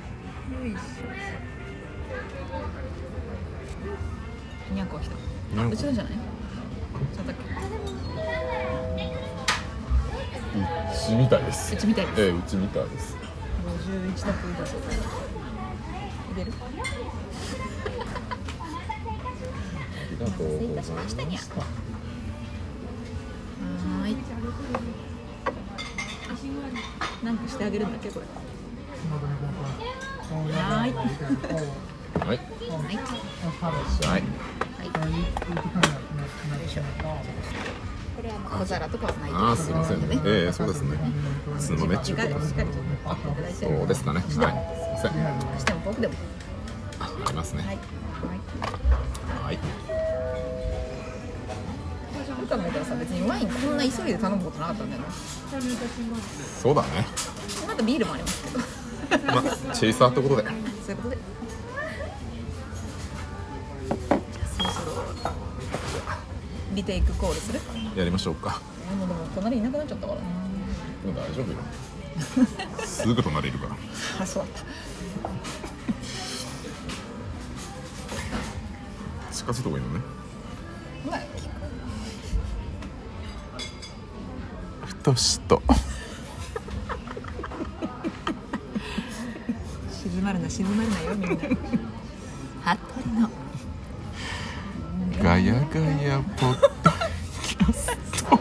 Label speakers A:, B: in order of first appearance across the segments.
A: いしにゃんこ来た
B: にゃ
A: あ
B: んこ
A: うちのじゃないちょっとだっ
B: うちみたいです
A: けうちみたいです
B: ええうちみたいです
A: 51択だそうです入れる
B: ありがとうございま
A: お待たせいたしましたにゃ
B: した
A: はーいあなんかしてあげるんだっけこれはーい
B: はい
A: はい
B: はい
A: これはまあ小皿とかはない
B: あーすいませんねええそうですねすのめっち
A: し
B: ゅ
A: っ
B: う
A: か
B: こ
A: り
B: と
A: しっかりと
B: あ
A: っていただいて
B: そうですかねはいすいません
A: どうしても僕でも
B: あありますね
A: はいはい
B: はい
A: よく考えたらさ別にワインこんな急いで頼むことなかったんだよな
B: そうだね
A: まだビールもありますけど
B: まあチェイサーってこと
A: そ
B: で
A: ういうことでじゃあそろそろリテイクコールする
B: やりましょうか
A: もうでも隣いなくなっちゃったからね
B: でも大丈夫よすぐ隣いるから
A: あ そうだった
B: 近づいた方がいいのね
A: うまい
B: ふとしと
A: 静まるな静まるなよ みんな服部の
B: ガヤガヤポッドキャスト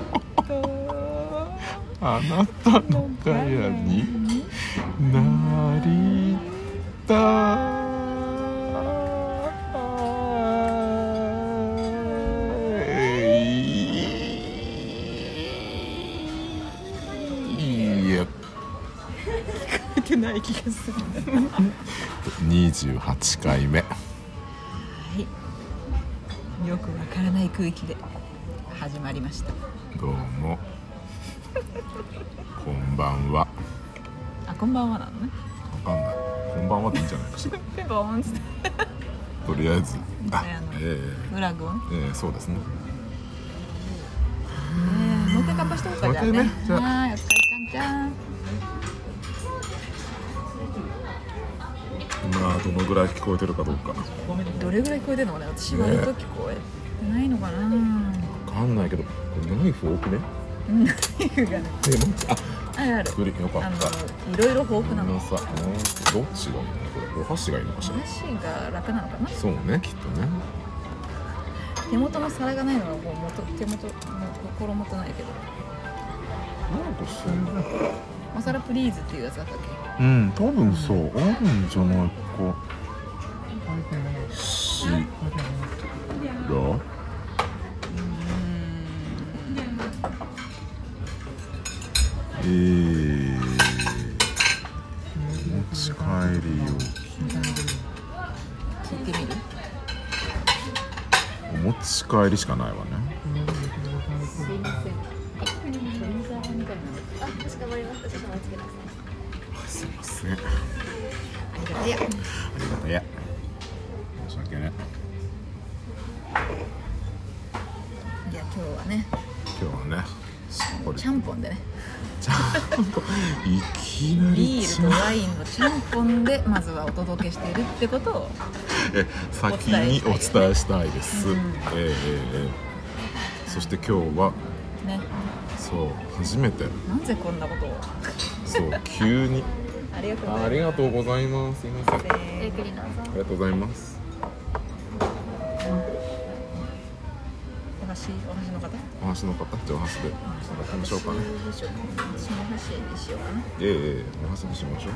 B: あなたのガヤになりたいいや
A: 出てない気がする
B: 28回目
A: はいよくわからない空気で始まりました
B: どうもこんばんは
A: あこんばんはなのね
B: わかんないこんばんはでいいんじゃないかしら
A: ペボーンっつって
B: とりあえずあ
A: ねあの
B: ええ
A: フラグをね
B: ええそうですね
A: もう一回乾杯しておくかじゃあね
B: も
A: は
B: う一回ねじゃ
A: ー
B: あ
A: いお疲れちゃんちゃん
B: まあどのぐらい聞こえてるかどうかわ
A: どれぐらい聞こえてるのかね私割と聞こえてないのかな、
B: かんないけどこれナイフ多くね
A: うんナイフがね
B: ええもう一あ
A: あるある
B: 作りよか
A: あ
B: っ
A: のい
B: た
A: ろいろ豊
B: ご
A: 富
B: め
A: なんの
B: なさいうんどっちがいいのこれお箸がいいのかしら
A: 話が楽なのかな
B: そうねきっとね
A: 手元の皿がないのがこう元手元の心もとないけど
B: なんかそんな
A: お皿プリーズっていうやつだったっけ
B: うん多分そうあるんじゃないかしらえー、持ち帰り
A: 聞いてみる
B: を持ち帰りしかないわね
A: すいません
C: あ、捕まりました。ちょっとお待ちください。
B: すいませんあ
A: いや
B: りがたや申し訳ない
A: いや今日はね
B: 今日はねしっかり
A: ちゃんぽんでね
B: ちゃんといきな
A: ビ
B: り
A: ールとワインのちゃんぽんでまずはお届けしているってことを
B: え先にお伝えしたいです、
A: うん
B: ええええええそして今日は
A: ね
B: そう初めて
A: なぜこんなことを
B: そう急に
A: ありがとうご
B: あ
A: ざ
B: あ
A: い
B: りがとうございますすいません
A: ます
C: ゆっくりどうぞ。
B: ありがとうございます。
A: お箸お箸の方
B: お話の方、じゃあお箸で、お話しましょうかね。
A: どうしようかな私もお箸にしようかな
B: ええええ、お話にしましょう。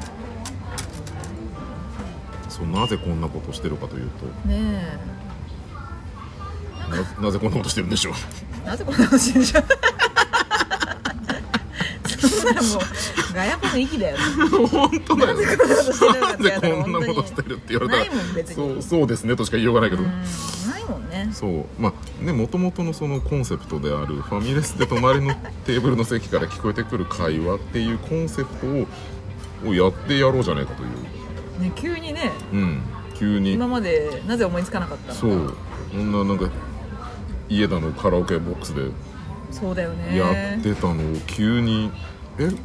B: そう、なぜこんなことをしてるかというと、
A: ね
B: ななぜこんなことしてるんでしょう。
A: えなぜこんな話でし ょうそんならもうガヤポの域だよね
B: 本当だよね。
A: な
B: なん
A: で
B: ぜ
A: こんなことしてるの
B: こんなことしてるって言われたら、
A: ないもん別に
B: そう、そうですねとしか言いようがないけど。
A: うんないもんね
B: そうまあねもともとのそのコンセプトであるファミレスで隣のテーブルの席から聞こえてくる会話っていうコンセプトををやってやろうじゃないかという、
A: ね急にね
B: うん、急に
A: 今までなぜ思いつかなかったのか
B: そうこんななんか家だのカラオケボックスで
A: そうだよね
B: やってたのを急に「えフ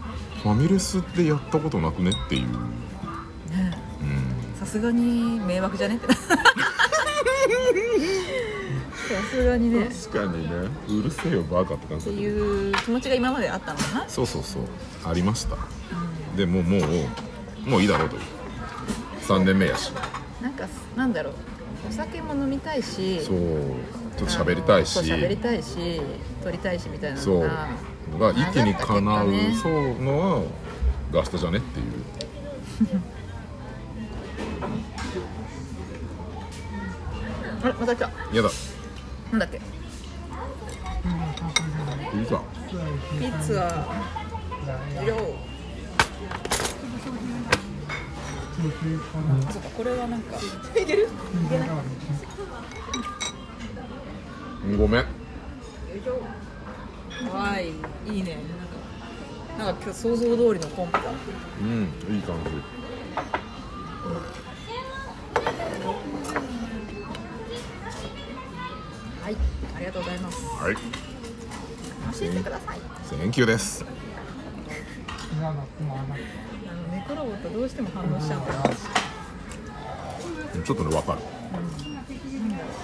B: ァミレスでやったことなくね?」っていう、
A: ね
B: うん、
A: えすがに迷惑じゃねってさすがにねっ
B: 確かにねうるせえよバカって感
A: て
B: じだけど
A: いう気持ちが今まであったのかな、
B: そうそうそうありましたでもうもうもういいだろうという3年目やし
A: なんかなんだろうお酒も飲みたいし
B: そうちょっと喋りたいし
A: そう喋りたいし撮りたいしみたいな
B: そ
A: の
B: う
A: が
B: のが一気に叶う、
A: 流れた結
B: そ
A: 果
B: うのはガストじゃねっていう
A: あれまた来た
B: 嫌だ
A: なんだっけ
B: いいじゃん
A: ピッツァようそうかこれはなんかいける
B: ごめん
A: わいいいねなんかなんか今日想像通りのコンパ
B: うんいい感じ
A: はいありがとうございます
B: はい
A: 教えてください
B: センキューです
A: あのネクロボットどうしても反応しちゃうのよ
B: ちょっとねわかる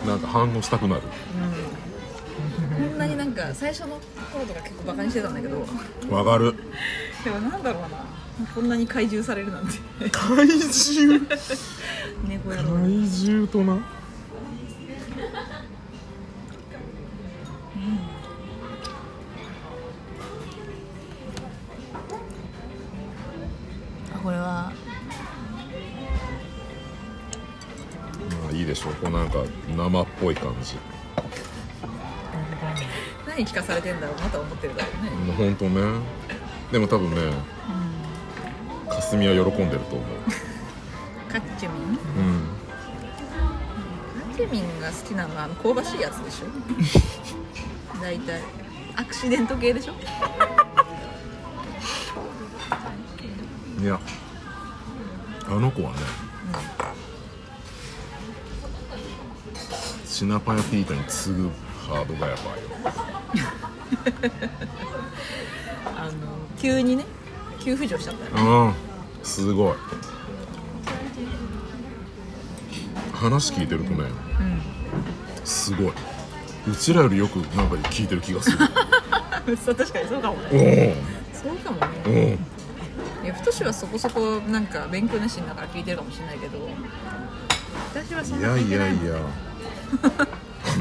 B: なんか反応したくなる
A: こんなになんか最初の頃とか結構バカにしてたんだけど
B: わかる
A: でもなんだろうなこんなに怪獣されるなんて
B: 怪獣
A: 猫野
B: 怪
A: 郎
B: 獣とな
A: あこれは
B: まあいいでしょうこうなんか生っぽい感じ
A: 何聞かされてんだろうまた思ってるだろうね
B: もうほんとねでも多分ね霞は喜んでると思う
A: カッチュミン
B: うん
A: カッチュミンが好きなのはあの香ばしいやつで しょ大体アクシデント系でしょ
B: いやあの子はね、シナパヤピータに次ぐハードがやばいよ
A: あの急にね急浮上しちゃったよ
B: うんすごい話聞いてるとね、すごいうちらよりよくなんか聞いてる気がする
A: そう確かにそうかもね
B: う
A: そうかもね
B: んうん
A: いや太はそこそこなんか勉強熱心だから聞いてるかもしれないけど私はそん
B: い
A: な
B: や
A: 聞い
B: い
A: てな
B: や
A: いもん
B: いや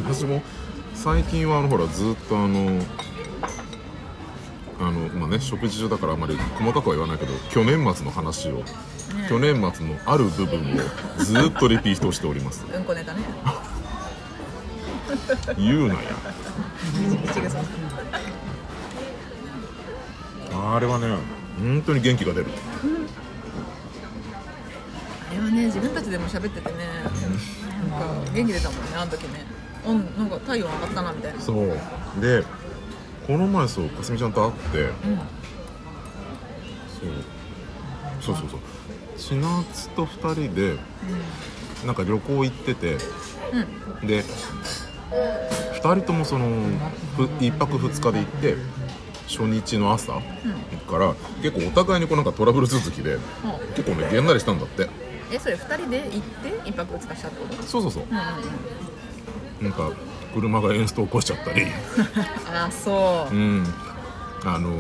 B: 私も最近はあのほらずっとあのあのまあね食事中だからあんまり細かくは言わないけど去年末の話を、去年末のある部分をずっとリピートしております
A: うんこネタね
B: 言うなや
A: 口癖
B: あれはね本当に元気が出る
A: あれはね自分たちでも喋っててねなんか元気出たもんねあの時ねうんなんか体温上がったなみたいな
B: そうでこの前そうかすみちゃんと会って、そうそうそうそう千夏と2人で、なんか旅行行ってて、で2人ともその1泊2日で行って初日の朝、から結構お互いにこうなんかトラブル続きで、結構ねげんなりしたんだって
A: えそれ2人で行って1泊2日したってこと
B: そうそうそう、
A: うんうんうん
B: なんか車がエンスト起こしちゃったり、
A: ああそううん
B: あの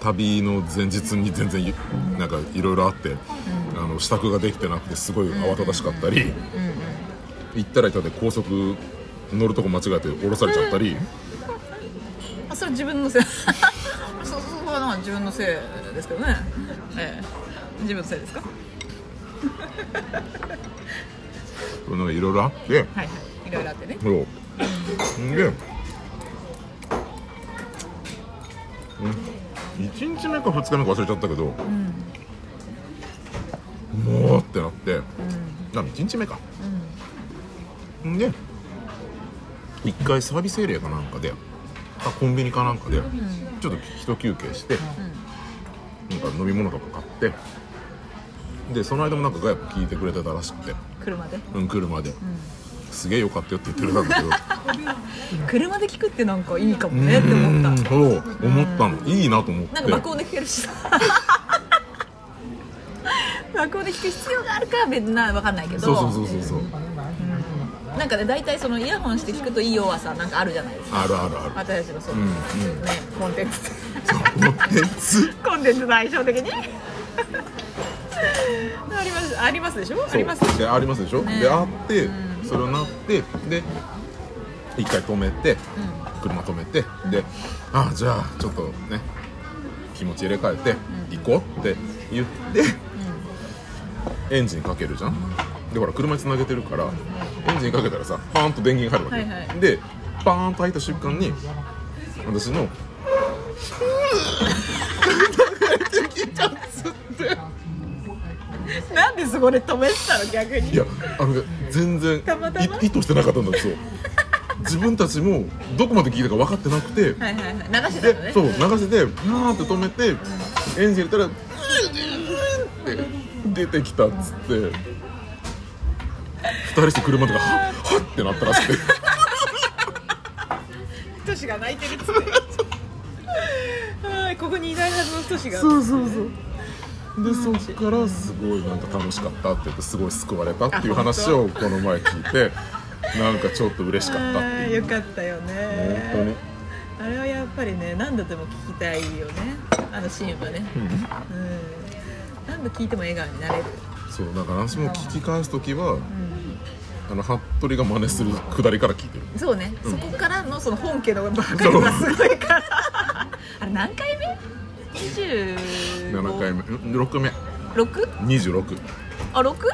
B: 旅の前日に全然ゆなんかいろいろあって、あの支度ができてなくてすごい慌ただしかったり、行ったら行ったで高速乗るとこ間違えて降ろされちゃったり、
A: あそれ自分のせい そそこはなんか自分のせいですけどねええ自分のせいですか
B: そうなんかいろいろあって
A: はいはいいろいろあってね
B: そうで、うん、1日目か2日目か忘れちゃったけど、もうってなって、あ1日目か、んで1回サービスエリアかなんかであコンビニかなんかで、ちょっと一休憩して、なんか飲み物とか買ってでその間もなんかガヤッ聞いてくれてたらしくて、
A: 車で
B: うん、車で、すげえよかったよって言ってくれたんだけど。
A: 車で聞くってなんかいいかもねって思った
B: そう思ったのいいなと思っ て
A: なんか爆音で聞けるしさなんか箱で弾く必要があるか別な分かんないけど
B: そうそうそうそうそう
A: なんかね大体そのイヤホンして聞くといいよはさなんかあるじゃないですか
B: あるあるある
A: 私たちのその、
B: うんうん
A: ねコンテンツ
B: 熱
A: コンテンツの相性的にありますありますでしょ ありますでしょ
B: でありますでしょ、
A: ね
B: であって、
A: うん
B: それをなってで一回止めて車止めてであじゃあちょっとね気持ち入れ替えて行こうって言って、エンジンかけるじゃんでほら車につなげてるからエンジンかけたらさパーンと電源が入るわけ、
A: はいはい
B: でパーンと入った瞬間に私の
A: うんなんでそこで止めてたの逆に
B: いやあのね全然
A: たまたま
B: い意図してなかったんだけ ど自分たちもどこまで聞いたか分かってなくて、
A: はいはいはい流してたのね
B: でそう流せてなーって止めてエンジン入れたらって出てきたっつって2人して車とかはっはっってなったらしくて
A: トシが泣いてるっつってはいここにいないはずのトシが
B: そうそうそうでそっからすごいなんか楽しかったって言ってすごい救われたっていう話をこの前聞いてなんかちょっと嬉しかったって
A: あー
B: い
A: よ
B: う
A: かったよね
B: 本当に。
A: あれはやっぱりね何度でも聞きたいよねあのシーンはね
B: うん
A: うん何度聞いても笑顔になれる
B: そうだから私も聞き返す時は
A: うん
B: あの服部が真似するくだりから聞いてる
A: そうね、
B: うん
A: そこからのその本家のバカ力がすごい からあれ何回目 ?27
B: 7回目6回目
A: 6?
B: 2626
A: あ六？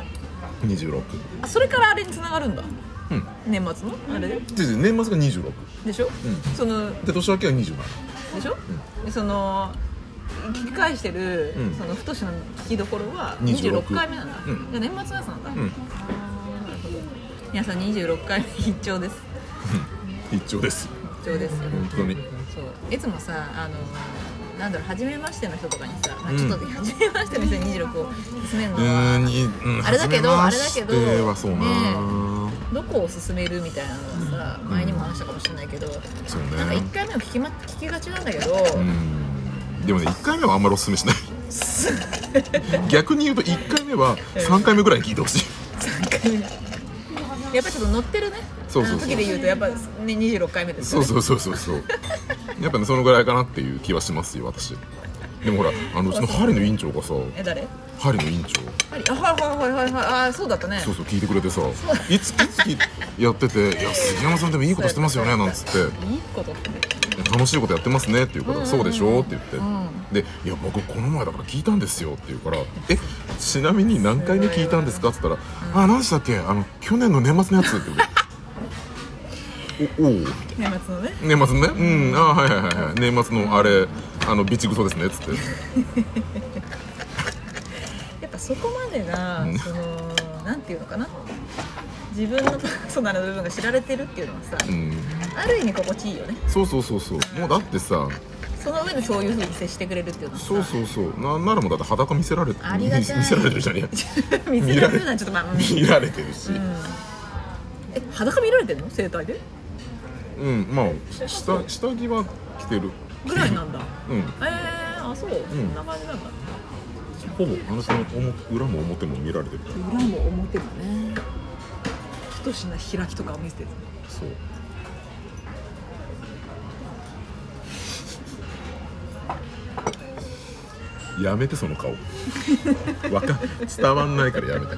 A: あそれからあれに繋がるんだ
B: うん
A: 年末のあれで
B: でで年末が26
A: でしょ、
B: う
A: その
B: んで年明けは27
A: でしょ、でその聞き返してる、
B: うん
A: その太の聞きどころは
B: 26
A: 26回目なんだ、
B: うん
A: じゃあ年末のやつなんだ、
B: うん
A: 皆さん26回目必聴です
B: 一丁です
A: 必聴ですよ、
B: 本当に
A: そういつもさあのなんだろう初めましての人とかにさ、まあちょっと初めましての人に26を勧めるの
B: う
A: は
B: ーんいうん
A: あれだけど
B: 初めまして
A: あれだけど
B: はそうな、
A: どこを勧めるみたいなのはさ前にも話したかもしれないけど、
B: そう
A: なんか
B: ね
A: 1回目を聞き,、ま、聞きがちなんだけど、
B: うんでもね1回目はあんまりおすすめしない逆に言うと1回目は3回目ぐらい聞いてほしい
A: 3回目やっぱちょっと乗ってるね
B: そうそう
A: あの
B: そう
A: 時で言うとやっぱ、ね、26回目です
B: そ
A: よ
B: う
A: ね
B: そうそうそうそうやっぱねそのぐらいかなっていう気はしますよ私でもほらあのうちの針の委員長がさ
A: え誰や
B: 針の委員長
A: はりあはいはいはいはいはいあーそうだったね
B: そうそう聞いてくれてさいついつ聞いやってて「いや杉山さんでもいいことしてますよね」なんつって
A: いいことって
B: いや「楽しいことやってますね」っていうか
A: うんうんう
B: ら「
A: ん
B: そうでしょ」って言って
A: ん
B: で「いや僕この前だから聞いたんですよ」って言うから「えちなみに何回目聞いたんですか?」っつったら「あ何でしたっけあの去年の年末のやつ」って言うからおおう
A: 年末のね
B: 年末のねうんあはいはいはいはい年末のあれあの備蓄そうですねっつって
A: やっぱそこまでな、
B: うん
A: そのなんていうのかな自分の パーソナルな部分が知られてるっていうのはさ、
B: うん
A: ある意味心地いいよね
B: そうそうそうそうもうだってさ
A: その上でそういうふうに接してくれるっていうのはさ
B: そうそうそうなんならもうだって裸見せられて
A: あり
B: 見
A: がたい
B: せられてるじゃね
A: 見せられるのはちょっとまあ、うん
B: えや見られてるし
A: うんえ裸見られてんの整体で
B: うんまあ下下着は着てる
A: ぐらいなんだ
B: うん
A: えー、あそう、そんな感じなんだ
B: ほぼあのその表裏も表も見られてるから
A: 裏も表もね一品開きとかを見せてる
B: そうやめてその顔わかん伝わんないからやめて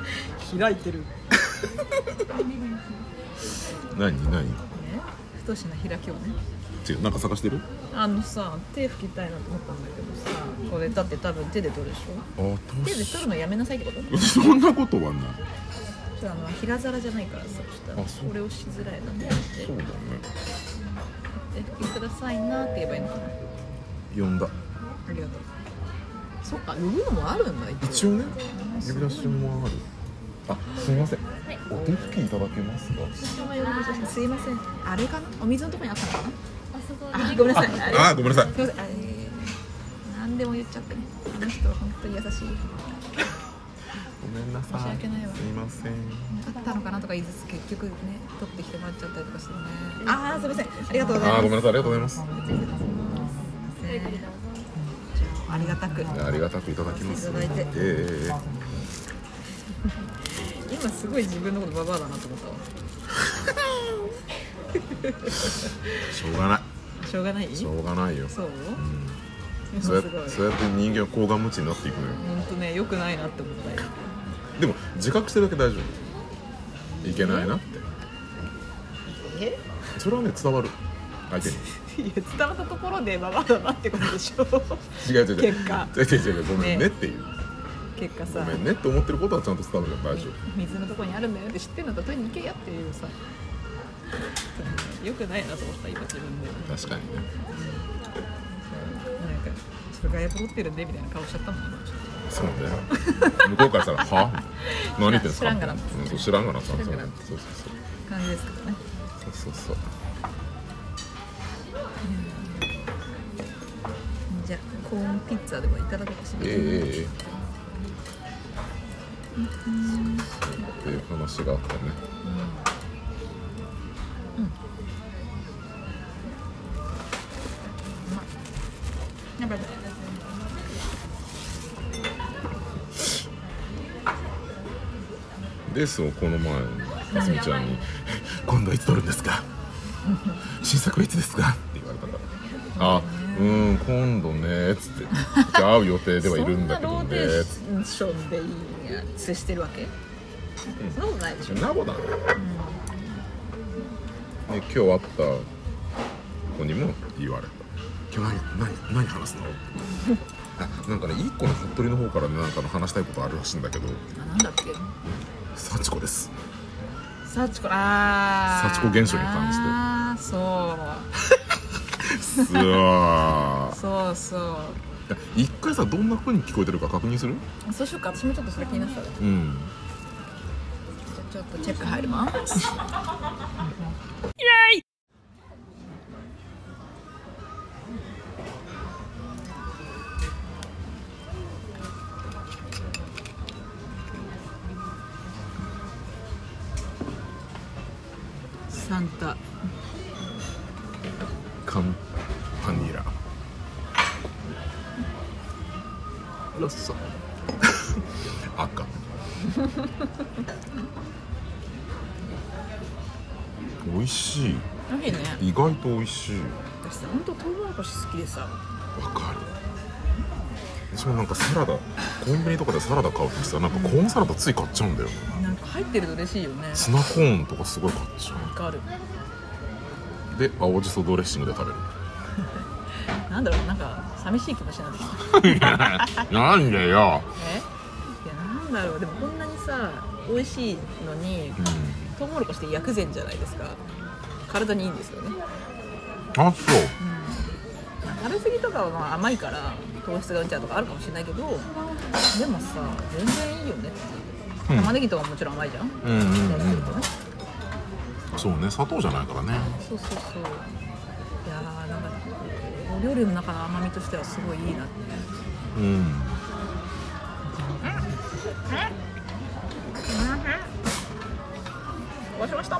A: 開いてるね
B: 何何
A: 一品開きをね
B: 違うなんか探してる
A: あのさ手拭きたいなと思ったんだけどさこれだって多分手で取るでしょ
B: あ
A: 手で取るのやめなさいってことちょ
B: に そんなことはない
A: っとあの平皿じゃないからさちょっと
B: あそう
A: これをしづらいなと思って
B: そうだね
A: 手拭きくださいなって言えばいいのかなあ
B: 呼んだ
A: りがとうそっか呼ぶのもあるんだ
B: 一応ね呼び出しもあるあすみませんお手拭きいただけますか
A: すいませんあれかなお水のとこにあったのか
C: あそこ
A: なあ
C: で
A: ごめんなさい
B: ああごめんなさい
A: すいませんあえー何でも言っちゃってねあの人は本当に優しい
B: ごめんなさい
A: 申し訳ないわ
B: すみません
A: あったのかなとか言いつつ結局ね取ってきてもらっちゃったりとかしてねああすいませんありがとうござい
B: あ
A: ま
B: あ
A: す
B: ごめんなさいありがとうございます
A: じゃあありがたく
B: ありがたくいただきます
A: いただいて
B: え
A: 今すごい自分のことババアだなと思ったわ
B: えしょうがな
A: しょうがない
B: いしょうがないよ、
A: そう
B: うん、
A: でもす
B: そ
A: ご
B: う
A: い
B: やってそうやって人間は高顔無知になっていくのよ
A: 本当ね良くないなって思ったよ
B: でも自覚してるだけ大丈夫いけないなって
A: え
B: それはね伝わる相手に
A: いや伝わったところでババアだなってことでし ょ
B: 違う違う違う
A: 結果
B: 違う違う違うごめんね
A: ね
B: っていう、
A: 結果
B: ご
A: さ
B: めんねって思ってることはちゃんと伝わるから大丈夫
A: 水のとこにあるんだよって知ってんだったら取りに行けやっていうさよくないなと思った今自分で
B: 確かにね
A: なんかちょっとガヤプロってるんでみたいな顔しちゃったもん今ちょっ
B: そうね向こうからしたら「は 何言ってんす
A: 知
B: か?」
A: らんがな
B: うんそう知らんがなさ
A: 知らんがな
B: そうそう
A: と感じですけどね
B: そうそうそうそう
A: じゃあコーンピッツァでもいただこうかしら、
B: ええええええっていう話があったね
A: なんか
B: ですをこの前かすみちゃんに 「今度はいつ撮るんです か? 」「新作はいつですか?」って言われたから「あうん今度ね」っつって「じゃあ会う予定ではいるんだけど
A: そんなローテ
B: ね」
A: ー
B: つって
A: ションでいいや接してるわけ、そんなことないでしょ、
B: そんなことないで今日会った子にも言われた「今日何何何話すの?」 あなんかね一個の服部の方からねなんかの話したいことあるらしいんだけど
A: あなんだっけ
B: 「幸子です
A: サチコあー
B: 幸子現象に関して
A: あー」
B: すわー
A: そうそうそ
B: いや一回さどんな風に聞こえてるか確認する
A: うそうしようか私もちょっとそれ気になってたわ
B: うん
A: ちょっとチェック入り ます。イエイ。サンタ。
B: カンパニラロッソ赤美味しい
A: おいしいね。
B: 意外と美味しい
A: 私さ、本当トウモロコシ好きでさ。
B: わかる私もなんかサラダコンビニとかでサラダ買う時さなんかコーンサラダつい買っちゃうんだよ
A: なんか入ってると嬉しいよね。
B: ツナコーンとかすごい買っちゃ
A: わかる。
B: うで青じそドレッシングで食べる
A: なんだろう、なんか寂しい気もしなくて。
B: なんでよ、
A: え。いや、なんだろう、でもこんなにさ、美味しいのに。
B: うん、
A: トウモロコシって薬膳じゃないですか体にいいんですよね、
B: あそう
A: 食べ過ぎとかはまあ甘いから糖質がうんちゃうとかあるかもしれないけどでもさ全然いいよねって、
B: うん
A: 玉ねぎとかももちろん甘いじゃん、
B: うんうん
A: そうするとね
B: そうね砂糖じゃないからね
A: そうそうそういやーなんかお料理の中の甘みとしてはすごいいいなって
B: うん
A: おしました
B: う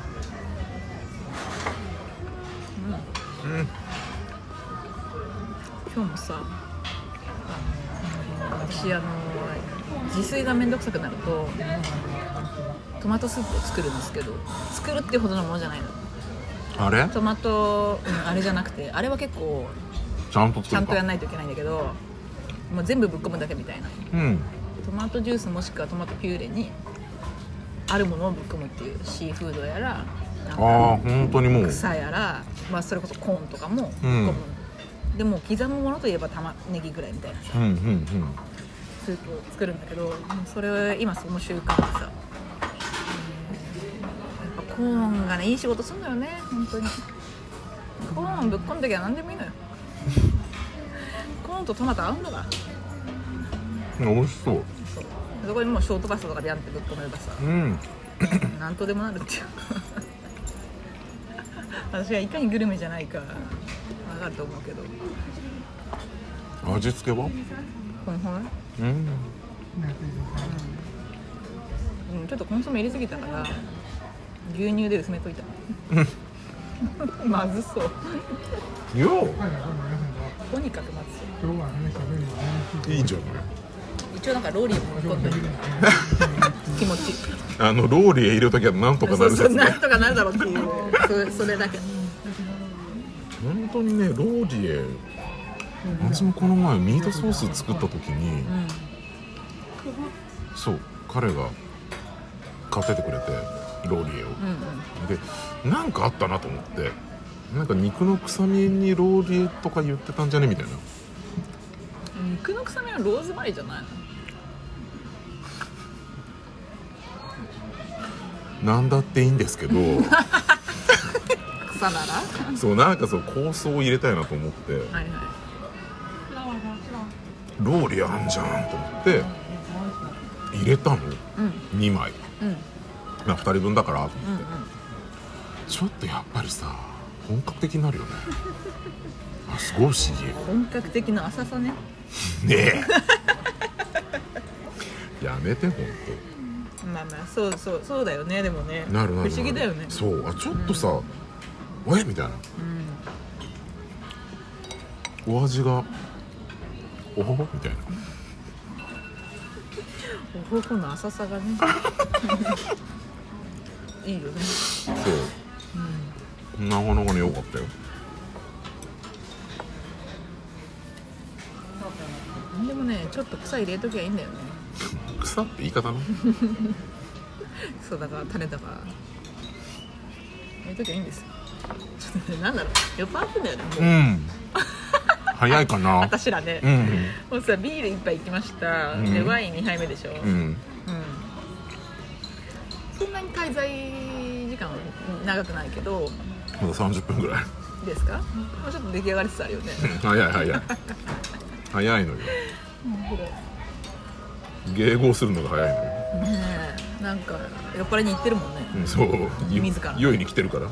B: ん
A: 今日もさあの私あの自炊がめんどくさくなるとトマトスープを作るんですけど作るっていうほどのものじゃないの
B: あれ
A: トマト、うんあれじゃなくてあれは結構
B: ちゃんと
A: ち
B: 作
A: ゃ
B: る
A: んとやん
B: か
A: ないといけないんだけどもう全部ぶっ込むだけみたいな
B: うん
A: トマトジュースもしくはトマトピューレにあるものをぶっ込むっていうシーフードやらなん
B: ああ
A: か
B: 本当にもう
A: 草やら、まあ、それこそコーンとかもぶっ込む、でも刻むものといえば玉ねぎぐらいみたいな
B: うんうん
A: スープを作るんだけどもうそれを今その習慣でさうんやっぱコーンがねいい仕事すんだよね本当にコーンぶっこんだきは何でもいいのよコーンとトマト合うんだから
B: うん美味しそう
A: そうそこにもうショートパスタとかでやんってぶっ込めればさ
B: うん
A: 何とでもなるっていうか 私はいかにグルメじゃないか分かると思うけど
B: 味付けは
A: ほんほん
B: うん
A: うん、ちょっとコンソメ入れすぎたから牛乳で薄めといたまずそう
B: よう
A: とにかく待つ
D: 今日はね食べるのね
B: いいんじゃない
A: 一応なんかローリー も持ち込んでる気持ち
B: あのローリエ入れときはなんとかな
A: そう
B: る
A: そ
B: で
A: う
B: す
A: な
B: ね
A: んとかなるだろうっていう それそれだけ
B: 本当にねローリエ私もこの前ミートソース作った時に
A: うん
B: そう彼が買っててくれてローリエを
A: うん
B: でなんかあったなと思ってなんか肉の臭みにローリエとか言ってたんじゃねみたいな
A: うん肉の臭みはローズマリーじゃないの
B: なんだっていいんですけど
A: 草ならは
B: そうなんかそう香草を入れたいなと思って
A: いはい
B: ローリエあんじゃんと思って入れたの
A: うん
B: 2枚
A: うん
B: な2人分だから
A: うんうん
B: ちょっとやっぱりさ本格的になるよねあすごい不思議
A: 本格的な浅さね
B: ねえやめてほん
A: まあまあそうそうそうだよねでもね
B: となるなる
A: 不思議だよね
B: そうあちょっとさ、えみたいな
A: うん
B: お味がおほほみたいな
A: おほほの浅さ がねいいよね
B: そう、なかなかね良かったよ
A: でもねちょっと草入れときゃいいんだよね
B: 草って言い方な
A: そうだから種だから入れときゃいいんですよちょっとねなんだろう酔っ払ってんだよねもう
B: うん早いかな
A: 私らね、
B: うん
A: もうさビール一杯いきました、
B: うん
A: でワイン2杯目でしょ、
B: う
A: うん
B: ん
A: そんなに滞在時間は長くないけど
B: まだ30分ぐらい
A: ですか、もうちょっと出来上がりつつあるよね
B: 早い早い早いのよ
A: ね
B: 迎合するのが早いのよ
A: えなんか酔っ払いに行ってるもんね
B: うんそうゆ
A: 自ら
B: 酔いに来てるから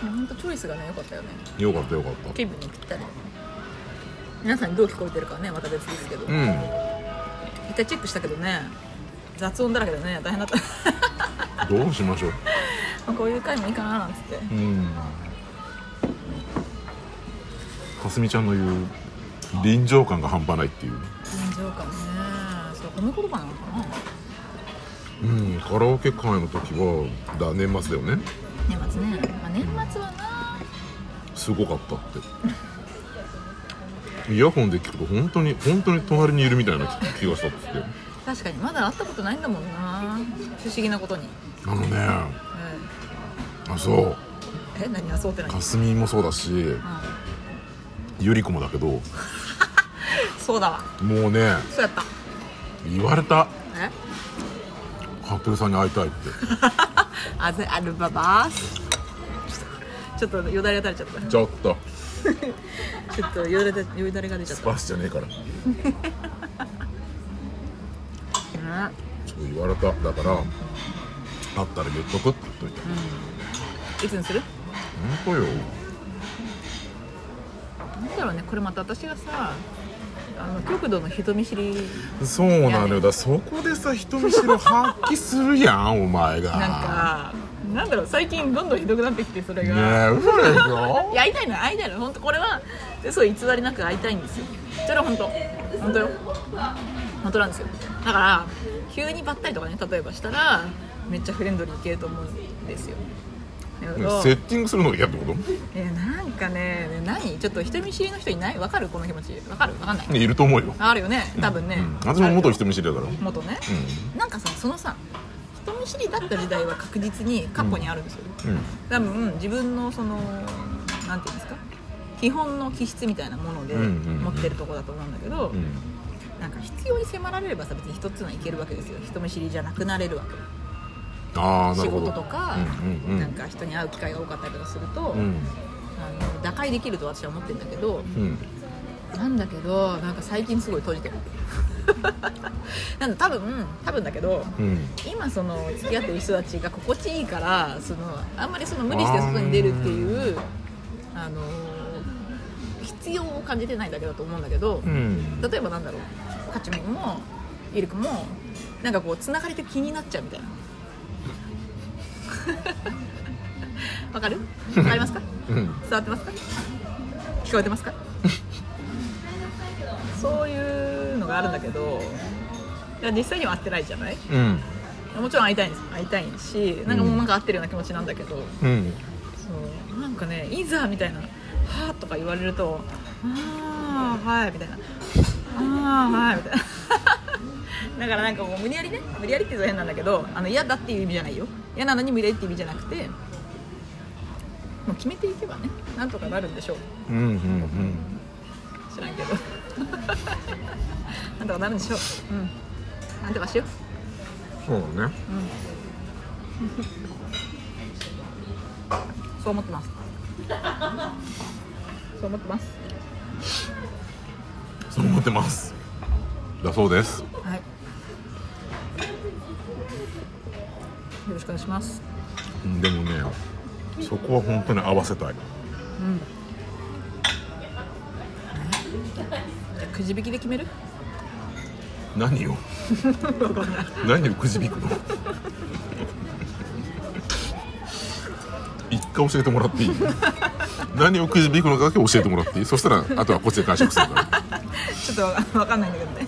A: 本当チョイスがね良かったよね
B: よかったよかった
A: 気分にぴったり皆さんにどう聞こえてるかはねまた別ですけど、
B: うん
A: 一回チェックしたけどね雑音だらけでね大変だった
B: どうしましょう
A: まあこういう回もいいかななんつって
B: うんかすみちゃんの言う臨場感が半端ないっていう
A: 臨場感ねそう褒め言葉なのかな
B: うんカラオケ会の時はだ年末だよね
A: 年末ね、まあ、年末はな
B: すごかったってイヤホンで聞くと本当に本当に隣にいるみたいな気がしたっつって
A: 確かにまだ会ったことないんだもんな不思議なことに、
B: あのね
A: う
B: あ
A: ん
B: そう
A: え何あそうってない、
B: かすみもそうだし
A: う
B: ゆり子もだけども
A: ん、そうだわ
B: うね
A: そうやった
B: 言われた
A: え
B: 服部さんに会いたいって
A: アゼアルババースちょっとちょっとよだれが垂れちゃっ
B: ちょっと
A: たちょっとよだれよだれが出ちゃっ
B: ス
A: た
B: パスじゃねえからちょ
A: うん
B: っと言われただから会ったら言っとくって言っといた
A: いつにする
B: 本当よ
A: なんだろうねこれまた私がさあの極度の人見知り
B: そうなのよだからそこでさ人見知りを発揮するやんお前が
A: なんかなんだろう最近どんどんひどくなってきてそれ
B: ねえ
A: が、
B: 嘘でしょ
A: いや会いたいの会いたいの本当これはそう偽りなく会いたいんですよそれは本当本当よ本当なんですよだから急にばったりとかね例えばしたらめっちゃフレンドリーいけると思うんですよだけ
B: ね
A: ど
B: セッティングするのが嫌ってこと
A: えーなんかねね何ちょっと人見知りの人いないわかるこの気持ちわかるわかんない
B: いると思うよ、
A: あるよね多分ね、
B: うん、私も元人
A: ある
B: 見知りだから
A: よ元ね、なんかさそのさ人見知りだった時代は確実に過去にあるんですよ、
B: うんうん
A: 多分自分のそのなんていうんですか基本の気質みたいなもので
B: うんうんうん
A: 持ってるとこだと思うんだけど、
B: うん
A: なんか必要に迫られればさ別に人っていうのはいけるわけですよ人見知りじゃなくなれるわけ
B: ああな
A: 仕
B: るほど
A: 事とか、
B: うんうんうん
A: なんか人に会う機会が多かったりとかすると、
B: うん
A: あの打開できると私は思ってるんだけど、
B: うん
A: なんだけどなんか最近すごい閉じてる なんだ多分多分だけど
B: うん
A: 今その付き合ってる人たちが心地いいからそのあんまりその無理して外に出るっていうあの必要を感じてないだけだと思うんだけど
B: うん
A: 例えばなんだろうカチミンもイルクもなんかこうつながりて気になっちゃうみたいな わかるわかりますか
B: うん
A: 伝わってますか聞こえて ますかそういうのがあるんだけどいや実際には会ってないじゃない
B: うん
A: もちろん会いたいんです会いたいしなんかもうなんか会ってるような気持ちなんだけど、
B: うん
A: そうなんかね「いざ」みたいな「はあ」とか言われると「ああはい」みたいな「ああはい」みたいな だからなんかもう無理やりね無理やりって言うと変なんだけどあの嫌だっていう意味じゃないよ嫌なのに無理やりって意味じゃなくてもう決めていけばねなんとかなるんでしょう
B: うんうんうん
A: 知らんけど なんとかなるんでしょううんなんとかしよ
B: そうだね
A: うそう思ってますそう思ってます
B: そう思ってますだそうです
A: はい。よろしくお願いします。
B: うんでもねそこは本当に合わせたい
A: うん。じゃあくじ引きで決める？
B: 何を何をくじ引くの一回教えてもらっていい何をくじ引くのかだけ教えてもらっていいそしたらあとはこっちで解釈するから
A: ちょっとわ わかんないんだけどね。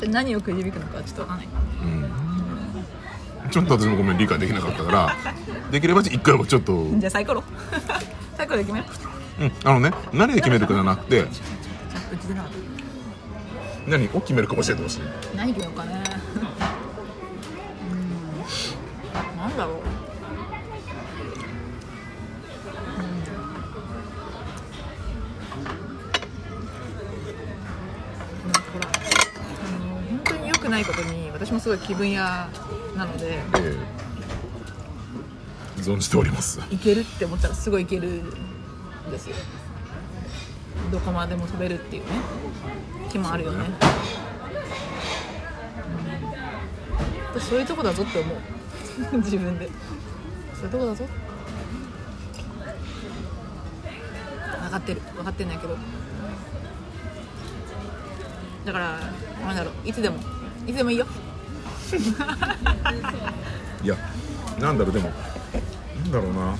A: で何をくじ引くのかちょっとわかんない。
B: ちょっと私もごめん理解できなかったからできれば一回はちょっと、うん、
A: じゃあサイコロ。 サイコロで決める？
B: あのね何で決めるかじゃなく
A: じゃ
B: て
A: あうちでなかっ
B: 何を決めるか教えてほしい
A: た。何決めようかね。うん。なんだろう。うんなんかほらあの本当に良くないことに私もすごい気分屋なので
B: えー存じております
A: いけるって思ったらすごいいけるんですよどこまでも飛べるっていうね気もあるよね
B: そう
A: うんそういうとこだぞって思う 自分でそういうとこだぞ分かってる分かってんだけどだからなんだろういつでもいつでもいいよ
B: いやなんだろうでもなんだろうな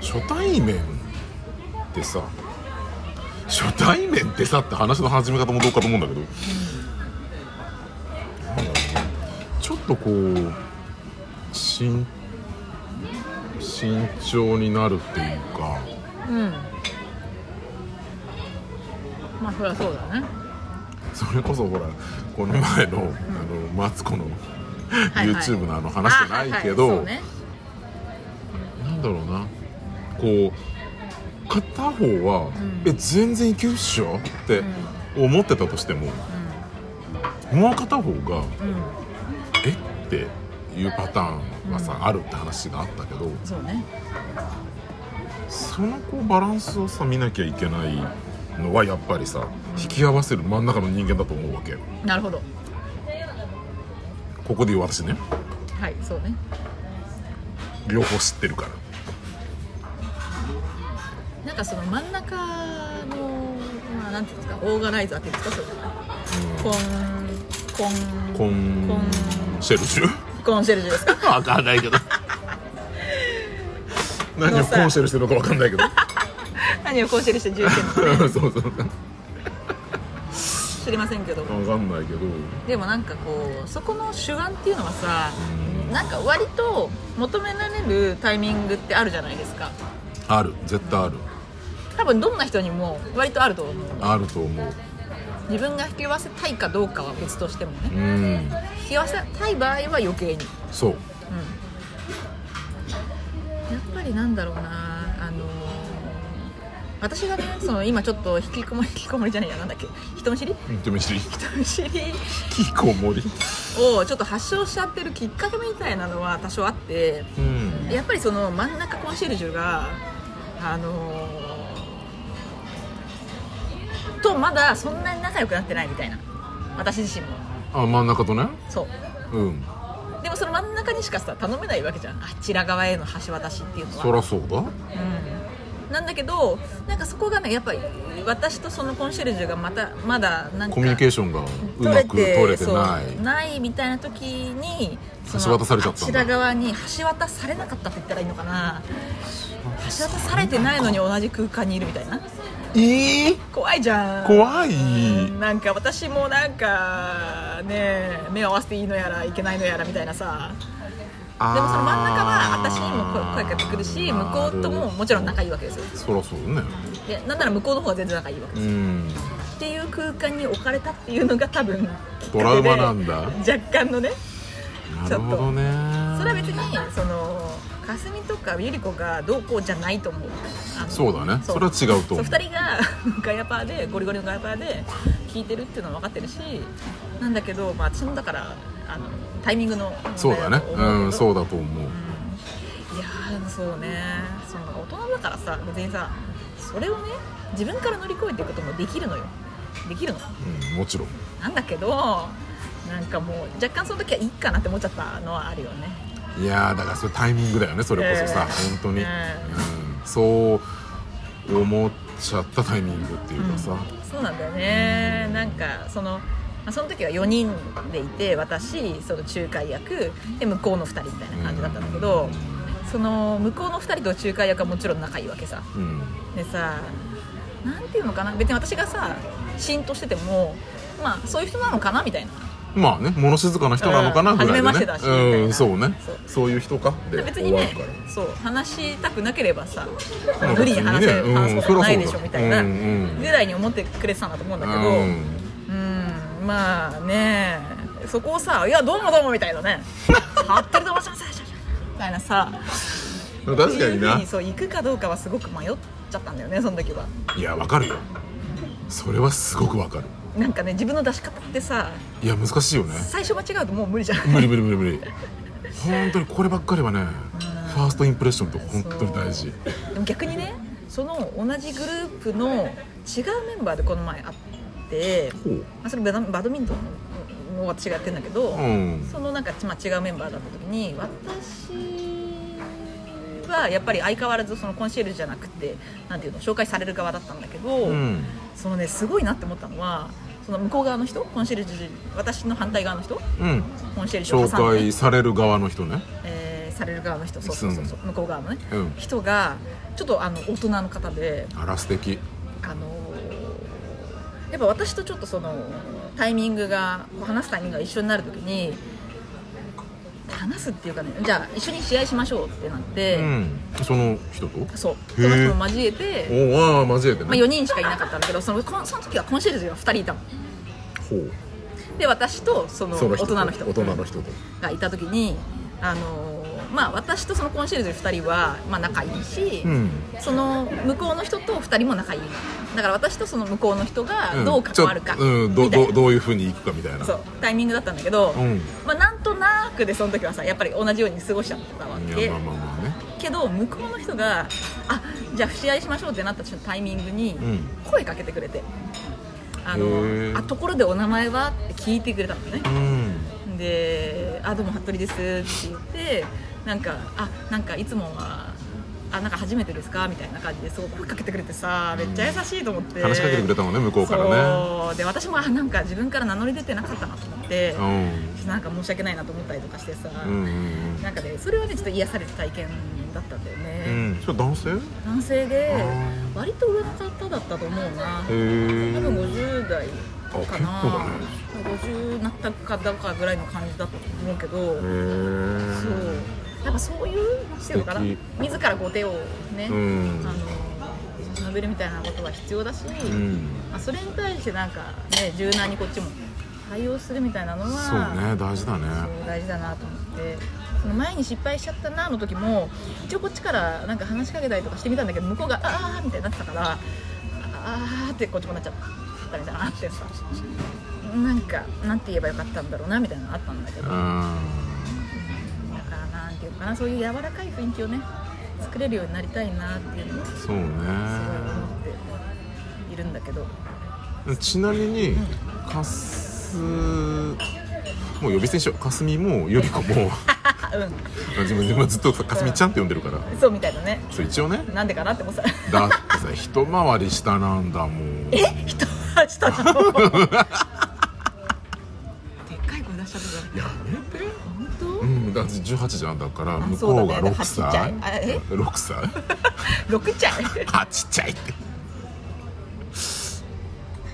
B: 初対面ってさ初対面ってさって話の始め方もどうかと思うんだけど、なんだろうなちょっとこう慎慎重になるっていうか
A: うんまあそりゃそうだね
B: それこそほらこの前の、あのマツコの YouTube のあの話じゃないけ
A: あはい
B: ど、
A: はいそうね
B: なんだろうなこう片方は、
A: うん
B: え全然いけるっしょって思ってたとしても、もう片方が
A: うんうん
B: えっていうパターンがさ、あるって話があったけど
A: そうね
B: そのこうバランスをさ見なきゃいけないのはやっぱりさ引き合わせる真ん中の人間だと思うわけ
A: なるほど
B: ここで言う私ね
A: はいそうね
B: 両方知ってるから
A: なんかその真ん中のまあなんていうんですかオーガナイザーっていうんですかそれコンコ
B: コ
A: ン
B: ン
A: コン
B: シェルジュ
A: コンシェルジュですか
B: わかんないけど何をコンシェルしてるのかわかんないけど
A: 何をコンシェルジュして住
B: そうそう
A: 知りませんけど
B: 分かんないけど
A: でもなんかこうそこの主眼っていうのはさなんか割と求められるタイミングってあるじゃないですか
B: ある絶対ある
A: 多分どんな人にも割とあると思う
B: あると思う
A: 自分が引き合わせたいかどうかは別としてもね
B: うん
A: 引き合わせたい場合は余計に
B: そう
A: うんやっぱりなんだろうなあのー私がねその今ちょっと引きこもり引 きこもりじゃないやなんだっけ人見知り
B: 認め知り
A: 人見知り
B: 引きこもり
A: をちょっと発症しちゃってるきっかけみたいなのは多少あって
B: うん
A: やっぱりその真ん中コンシェルジュがあのーとまだそんなに仲良くなってないみたいな私自身も
B: あ真ん中とね
A: そう
B: うん
A: でもその真ん中にしかさ頼めないわけじゃんあちら側への橋渡しっていうのは
B: そらそうだ
A: うん、なんだけどなんかそこがねやっぱり私とそのコンシェルジュがまたまだなんか
B: コミュニケーションがうまく取れてな
A: そう
B: い
A: ないみたいな時にその
B: 橋渡されちゃったんだ
A: あちら側に橋渡されなかったって言ったらいいのかな橋渡されてないのに同じ空間にいるみたいな
B: ええ
A: 怖いじゃん
B: 怖い
A: うんなんか私もなんかね目を合わせていいのやらいけないのやらみたいなさでもその真ん中は私にも声声かけてくるし向こうとももちろん仲いいわけですよ
B: そりゃそうだね
A: でなんなら向こうの方が全然仲いいわけ
B: う
A: です
B: ん
A: っていう空間に置かれたっていうのが多分
B: トラウマなんだ
A: 若干のね
B: なるほどね
A: それは別にそのかすみとかゆり子がどうこうじゃないと思うあの
B: そうだね
A: そう
B: それは違う
A: そ
B: と
A: う
B: 思う
A: 2人が ガヤパーでゴリゴリのガヤパーで聞いてるっていうのは分かってるしなんだけど、まあ、私もだからあのタイミングの問題と
B: そうだね
A: 思
B: うんそううだと思う
A: けどいやーそうねその大人だからさ別にさそれをね自分から乗り越えていくこともできるのよできるの
B: うんもちろん
A: なんだけどなんかもう若干その時はいいかなって思っちゃったのはあるよね
B: いやーだからそれタイミングだよねそれこそさ、
A: ええ
B: 本当に、
A: え
B: うん、そう思っちゃったタイミングっていうかさ、
A: そうなんだよねなんかそのまあその時は4人でいて私その仲介役で向こうの2人みたいな感じだったんだけど、その向こうの2人と仲介役はもちろん仲いいわけさ
B: うん
A: でさなんていうのかな別に私がさ浸透しててもまあそういう人なのかなみたいな
B: まあね物静かな人なのかな
A: うん
B: ぐら
A: 初め
B: い
A: まして
B: でね
A: だし
B: う
A: み
B: ん
A: た
B: そ
A: いうな
B: ね
A: そう
B: そういう人かで
A: 別
B: 終
A: に
B: わる
A: ね
B: から
A: そう話したくなければさ
B: まあ
A: 無理に話せる
B: 別にね
A: 話すことはないでしょ
B: うん
A: みたいな
B: うんうん
A: ぐらいに思ってくれてたんだと思うんだけど、
B: う
A: うんまあねそこをさ「いやどうもどうも」みたいなね「張ってると思いますみたいなさ
B: ん確かに
A: っていうふう
B: な
A: にそう行くかどうかはすごく迷っちゃったんだよねその時はい
B: やわかるよそれはすごくわかる
A: なんかね自分の出し方ってさ
B: いや難しいよね
A: 最初間違うともう無理じゃん
B: 無理無理無理無理本当にこればっかりはねファーストインプレッションって本当に大事
A: そうでも逆にねその同じグループの違うメンバーでこの前会って
B: ほう
A: まあそれバドバドミントンの私がやってんだけど、
B: うん
A: そのなんか、まあ、違うメンバーだった時に私はやっぱり相変わらずそのコンシェルジュじゃなくてなんていうの紹介される側だったんだけど、
B: うん
A: そのねすごいなって思ったのはその向こう側の人コンシェルジュ私の反対側の人
B: うん
A: コンシェルジュを
B: 紹
A: 挟んで
B: 介される側の人ね
A: えーされる側の人そうそうそうそう向こう側のね、
B: うん
A: 人がちょっとあの大人の方で
B: あら素敵
A: あのーやっぱ私とちょっとそのタイミングがこう話すタイミングが一緒になるときに話すっていうかねじゃあ一緒に試合しましょうってなっ
B: う
A: て、
B: んその人と
A: そうそ
B: へ
A: の
B: え
A: 人も交えて、
B: おああ交えて
A: まあ、
B: ね
A: 4人しかいなかったんだけどそのこんその時はコンシェルジュが2人いたの
B: ほう
A: で私とその
B: その
A: 大
B: 人と
A: 人の人
B: 大人の人と
A: がいた時にあのーまあ私とそのコンシェルジュ2人はまあ仲いいし、
B: うん
A: その向こうの人と2人も仲いいだから私とその向こうの人
B: う
A: が
B: ん
A: どう関わるか
B: ち
A: み
B: ょうん
A: たい
B: ど
A: な、
B: どどういうふうに行くかみたいな
A: そうタイミングだったんだけど、
B: うん
A: まあ、なんとなくでその時はさやっぱり同じように過ごしちゃったわ
B: い
A: け
B: やまあまあまあね
A: けど向こうの人が「あじゃあ試合しましょう」ってなったタイミングに
B: うん
A: 声かけてくれて「あ
B: へ
A: の
B: ー
A: あところでお名前は?」って聞いてくれたのね
B: うん
A: で「あどうも服部です」って言ってなんか「あなんかいつもは」あなんか初めてですかみたいな感じですごい声かけてくれてさめっちゃ優しいと思って、
B: 話しかけてくれたもんね向こうから
A: そうで私もあなんか自分から名乗り出てなかったなと思って、
B: ね
A: なんか申し訳ないなと思ったりとかしてさ、
B: うんうんうん
A: なんかねそれはねちょっと癒された体験だったんだよ
B: う
A: ね、
B: んそれ男性へ
A: 男性で
B: あー
A: 割と上の方だったと思うな
B: え
A: 多分50代
B: あ結
A: か
B: 構
A: な
B: だね
A: 50なったかだかぐらいの感じだったと思うけど、
B: へ
A: そう
B: え
A: やっぱそういうっていうのかな
B: 素敵
A: 自らこう手をね、
B: うん
A: あの述べるみたいなことは必要だし、
B: うん
A: まあ、それに対してなんかね柔軟にこっちも対応するみたいなのは
B: そうね大事だね
A: そう大事だなと思ってその前に失敗しちゃったなの時も一応こっちからなんか話しかけたりとかしてみたんだけど向こうが「ああ」みたいになってたから「ああ」ってこっちもなっちゃったみたいなのあってさなんかなんて言えばよかったんだろうなみたいなのあったんだけ
B: う
A: どだか
B: ん
A: らなんていうのかなそういう柔らかい雰囲気をね作れるようになりたいなっていうのをす
B: そうね
A: ごい思っているんだけど
B: ちなみに、かすもう呼び捨てにしようかすみもよりこも
A: う
B: 自分自分はずっとさかすみちゃんって呼んで るから
A: んそうみたいなね
B: そう一応ね
A: なんでかなって思ってた
B: だってさ一回り下なんだもん
A: え人はしたの でっかい声出しちゃったから
B: やめて
A: 本当
B: うんだって18じゃんだから
A: あ
B: 向
A: そうだ
B: こう
A: ねだから
B: が6
A: ちっちゃいあ
B: 歳
A: え
B: 6歳
A: 六ちゃい
B: あちっちゃいって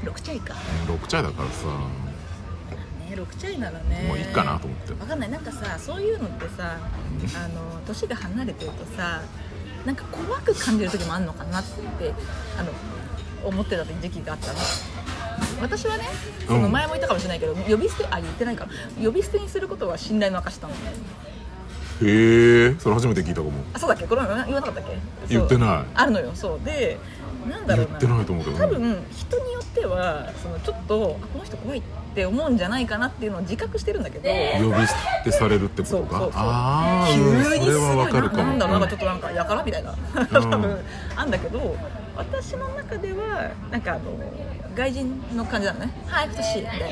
A: 六ちゃいか
B: 6歳だからさ
A: ね六ちゃいならね
B: もういいかなと思って
A: わかんないなんかさそういうのってさあの年が離れてるとさなんか怖く感じる時もあるのかなってあの思ってた時期があったの私はねその
B: うん
A: 前も言ったかもしれないけど、呼び捨てあ言ってないか呼び捨てにすることは信頼の証だもん
B: へえそれ初めて聞いたかも
A: あそうだっけこれ言わなかったっけ
B: 言って
A: い
B: ない
A: あるのよそうでなんだろ
B: 言
A: う
B: っ
A: な
B: てないと思うけど
A: 多分人によってはそのちょっとあこの人怖いって思うんじゃないかなっていうのを自覚してるんだけど
B: 呼び捨てされるってこ
A: そ
B: と
A: うそう
B: か
A: そう
B: ああ
A: 急
B: うん
A: に
B: そ
A: すごい
B: れはわか
A: な
B: るか
A: な
B: も
A: んだろうなんかちょっとなんかやからみたいな 多
B: うん
A: 分あんだけど私の中ではなんかあの外人の感じなのね「はい太し」みたいな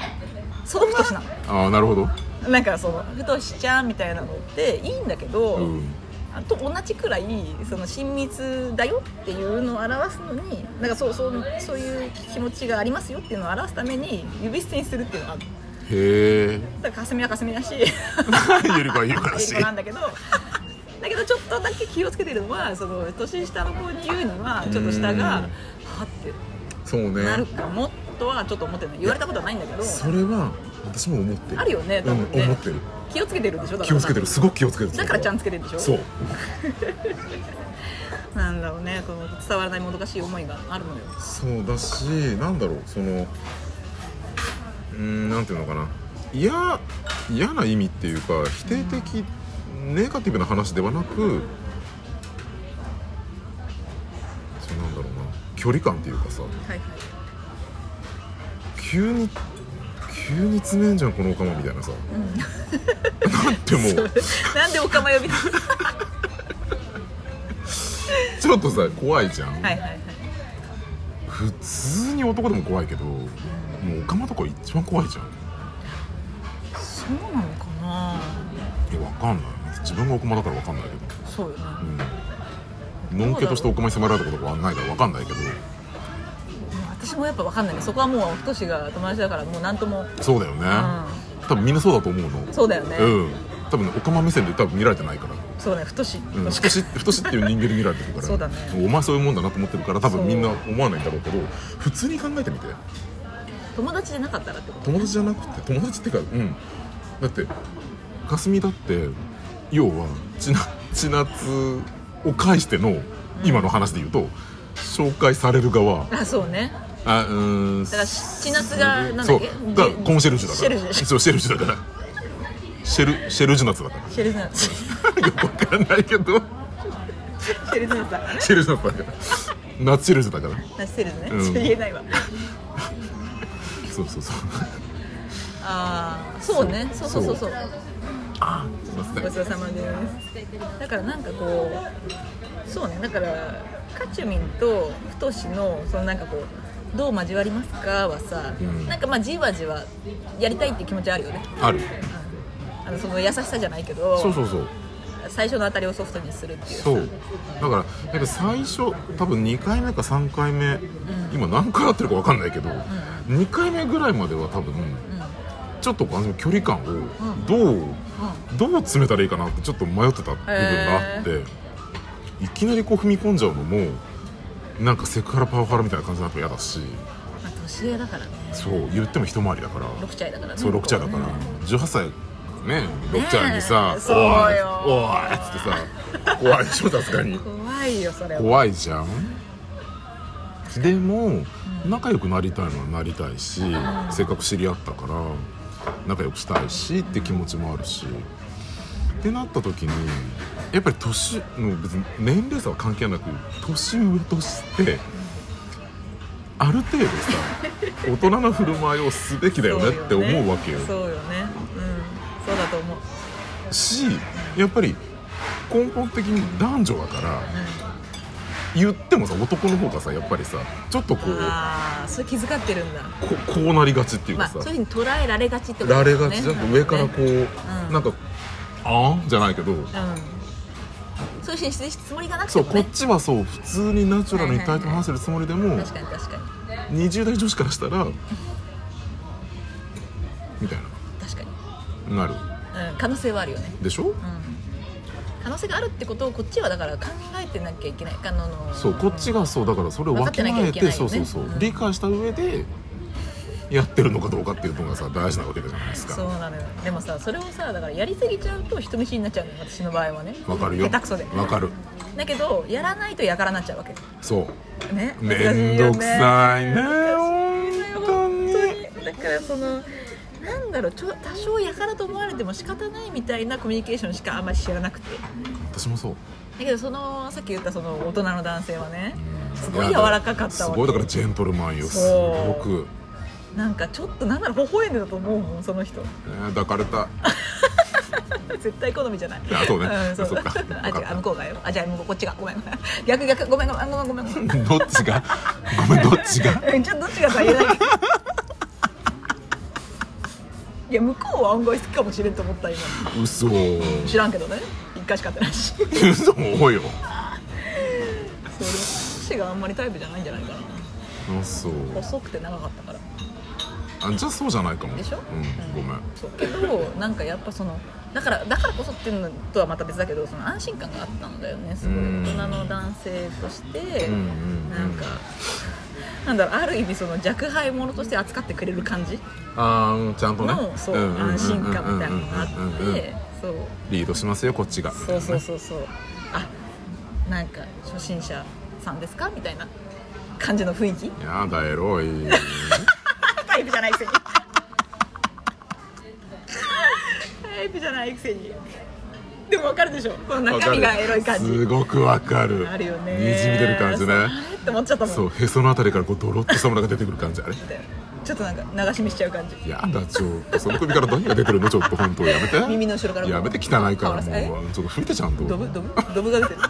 A: その太しなの
B: ああなるほど
A: なんかその「太しちゃん」みたいなのっていいんだけど、
B: うん
A: あと同じくらいその親密だよっていうのを表すのになんかそうそうそういう気持ちがありますよっていうのを表すために指捨てにするっていうのがある
B: へえ
A: だからかすみはかすみだし
B: ゆりかはゆりかだし
A: 英語なんだけどだけどちょっとだけ気をつけてるのはその年下の子に言うにはちょっと下が
B: うん
A: はあっ
B: そう
A: て
B: ね
A: なるかもとはちょっと思ってない言われたことはないんだけど
B: それは私も思ってる
A: あるよね
B: う
A: 多
B: ん
A: 分ね
B: 思ってる
A: 気をつけてるでしょだから
B: 気をつけてるすごく気をつけてる
A: だからちゃんつ
B: け
A: けてるでしょ
B: そう
A: なんだろうねこの伝わらないもどかしい思いがあ るのよ
B: そうだしなんだろうそのうーんなんていうのかな嫌嫌な意味っていうか否定的ネガティブな話ではなくそうなんだろうな距離感っていうかさ
A: はいはい
B: 急に急に詰めんじゃんこのオカマみたいなさ、なんてもう
A: なんでおかま呼びなは
B: ちょっとさ怖いじゃん、
A: いはいはい
B: 普通に男でも怖いけどもうオカマとか一番怖いじゃん
A: そうなのかない
B: やわかんない自分がオカマだからわかんないけど
A: そうよね
B: うんのんけとしてお米迫られたことがないからわかんないけど
A: 私もやっぱ分かんないねそこはもう太しが友達だからもう何とも
B: そうだよね、多分みんなそうだと思うの
A: そうだよね、
B: うん多分ねおかま目線で多分見られてないから、
A: そうだね太し、
B: うん、
A: 確
B: 太し太しっていう人間で見られてるか ら
A: そうだね
B: お前そういうもんだなと思ってるから多
A: そう
B: 分みんな思わないんだろうけど普通に考えてみて
A: 友達じゃなかったらってこと
B: 友達じゃなくて友達っていうかうんだってかすみだって要はちなちなつを介しての今の話で言うと、紹介される側
A: あそうね
B: あうーんだ
A: からちなつがなんだっけ
B: そう
A: じ
B: がコンシェルジュだから
A: シェルジュ
B: そうシェルジュだからシェルシェルジュナツだか
A: シェルズナツ シ
B: らよくわかんないけど
A: ェルズナツだからね
B: シェルジュナツだからナツシェルジュだから
A: ナツシェルズね、
B: うん
A: ちょっと言えないわ
B: そうそうそう
A: ああそうねそうそうそうそう
B: あすいませ
A: ご
B: ん
A: ちそうさまですだからなんかこうそうねだからカチュミンと太しのそのなんかこうどう交わりますかはさ、
B: うん
A: なんかまあじわじわやりたいっていう気持ちはあるよね
B: ある
A: あのその優しさじゃないけど
B: そうそうそう
A: 最初の当たりをソフトにするっていう
B: そうだからやっぱ最初多分2回目か3回目、今何回やってるかわかんないけど、二2回目ぐらいまでは多分
A: うん
B: ちょっとこの距離感をどう、どう詰めたらいいかなってちょっと迷ってた部分があって、いきなりこう踏み込んじゃうのもなんかセクハラパワハラみたいな感じになると嫌だし
A: まあ、年上だからね
B: そう言っても一回りだから
A: 6歳だからね
B: そう6歳だから18歳ね6歳に
A: ね
B: さ
A: え
B: 「お
A: そう
B: い
A: よ
B: おい」っつってさ怖いでしょさすがに
A: 怖いよそれは
B: 怖いじゃんでも仲良くなりたいのはなりたいしせっかく知り合ったから仲良くしたいしって気持ちもあるしってなった時にやっぱり年の別に年齢差は関係なく年上としてある程度さ 大人の振る舞いをすべきだよねって思うわけよ
A: そうよねうんそうだと思う
B: しやっぱり根本的に男女だから言ってもさ男の方がさやっぱりさちょっとこう
A: ああそれ気遣ってるんだ
B: ここうなりがちっていう
A: まあ
B: かさ、
A: そういうふうに捉えられがちってこと
B: ら
A: だ
B: れ
A: よね
B: がちじゃん上からこう、
A: うん
B: なんかあんじゃないけど
A: うんそういう進出してつもりがなく
B: そ
A: て
B: う
A: も
B: こ
A: ね
B: っちはそう普通にナチュラルに対等に話してるつもりでも
A: 確かに確かに
B: 20代女子からしたらみたい
A: 確かに
B: ななる
A: うん、可能性はあるよね、
B: でしょ
A: うん、可能性があるってことをこっちはだから考えてなきゃいけないあのの
B: そうこっちがそうだからそれをわきまえ
A: 分かってなきゃいけないよ
B: て
A: ね
B: そうそうそう
A: うん
B: 理解した上でやってるのかどうかっていうのがさ大事なわけじゃないです
A: そう
B: か
A: なのよでもさそれをさだからやりすぎちゃうと人見知りになっちゃうのよ私の場合はね
B: わかるよ
A: 下手くそで
B: わかる
A: だけどやらないとやからになっちゃうわけ
B: そう
A: ね
B: 面倒くさいね
A: 難しいよね
B: 本当に
A: 本当にだからそのなんだろうちょ多少やからと思われても仕方ないみたいなコミュニケーションしかあんまり知らなくて
B: 私もそう
A: だけどそのさっき言ったその大人の男性はねすごい
B: や
A: 柔らかかった
B: す
A: わけ
B: ごいだからジェントルマンよす
A: そう
B: ごく、
A: なんかちょっとなんなら微笑んでたと思うもんその人
B: ね、抱かれた
A: 絶対好みじゃない
B: あそうね
A: ん、そう
B: そっか
A: あ違うあ向こうがよあじゃあ向こうこっちがごめんごめん逆逆ごめんごめんごめんごめんごめん
B: どっちがごめんどっちが
A: えちょっとどっちがさ言えないいや向こうは案外好きかもしれんと思った今
B: 嘘
A: 知らんけどね一回しか会ってないしそれ
B: 嘘多いよ
A: 私があんまりタイプじゃないんじゃないかな
B: そう
A: 細くて長かったから
B: あじゃあそうじゃないかも
A: でしょ、
B: うん、ごめん
A: そうけどなんかやっぱそのだからだからこそっていうのとはまた別だけどその安心感があったんだよねすごい
B: うん
A: 大人の男性として、
B: うんうん
A: なんかなんだろうある意味その若輩者として扱ってくれる感じ
B: あーうんちゃんとね
A: のそう
B: うんうんうんうん
A: 安心感みたいなのがあ
B: うんうんうんうん
A: ってそう
B: リードしますよこっちが
A: そうそうそうそうあなんか初心者さんですかみたいな感じの雰囲気
B: やだエロい
A: タイプじゃないくせに タイプじゃないくせにでもわかるでしょこの中身がエロい感
B: す
A: じ
B: ごくわかる
A: あるよね
B: にじみ出る感じね
A: そうあれって思っちゃったもん
B: そうへそのあたりからこうドロッとしたものが出てくる 感じあれ
A: みたいなちょっとなんか流し見しちゃう感じ
B: やだちょっとその首から何が出てるのちょっと本当やめて
A: 耳の後ろから
B: やめて汚いから
A: 顔出す
B: もうちょっと拭いてちゃんと
A: ドブドブドブが出てる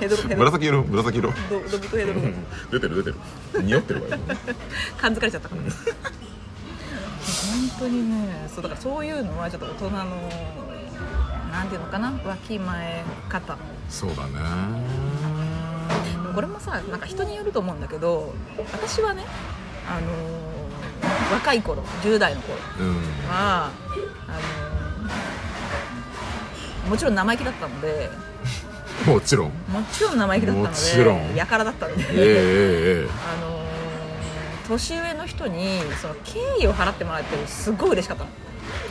A: ヘドロヘドロ
B: 紫色紫色
A: ドドブとヘドロ
B: うん出てる出てる匂ってるわよ
A: 感づかれちゃったから、本当にねそうだからそういうのはちょっと大人のなんていうのかなわきまえ方
B: そうだね
A: これもさなんか人によると思うんだけど私はねあのー若い頃10代の頃
B: うん
A: はあのーもちろん生意気だったので
B: もちろ ん
A: もちろん生意気だったので
B: もちろん
A: やからだったので、
B: えええええ
A: あのー年上の人にその敬意を払ってもらえてすごい嬉しかったの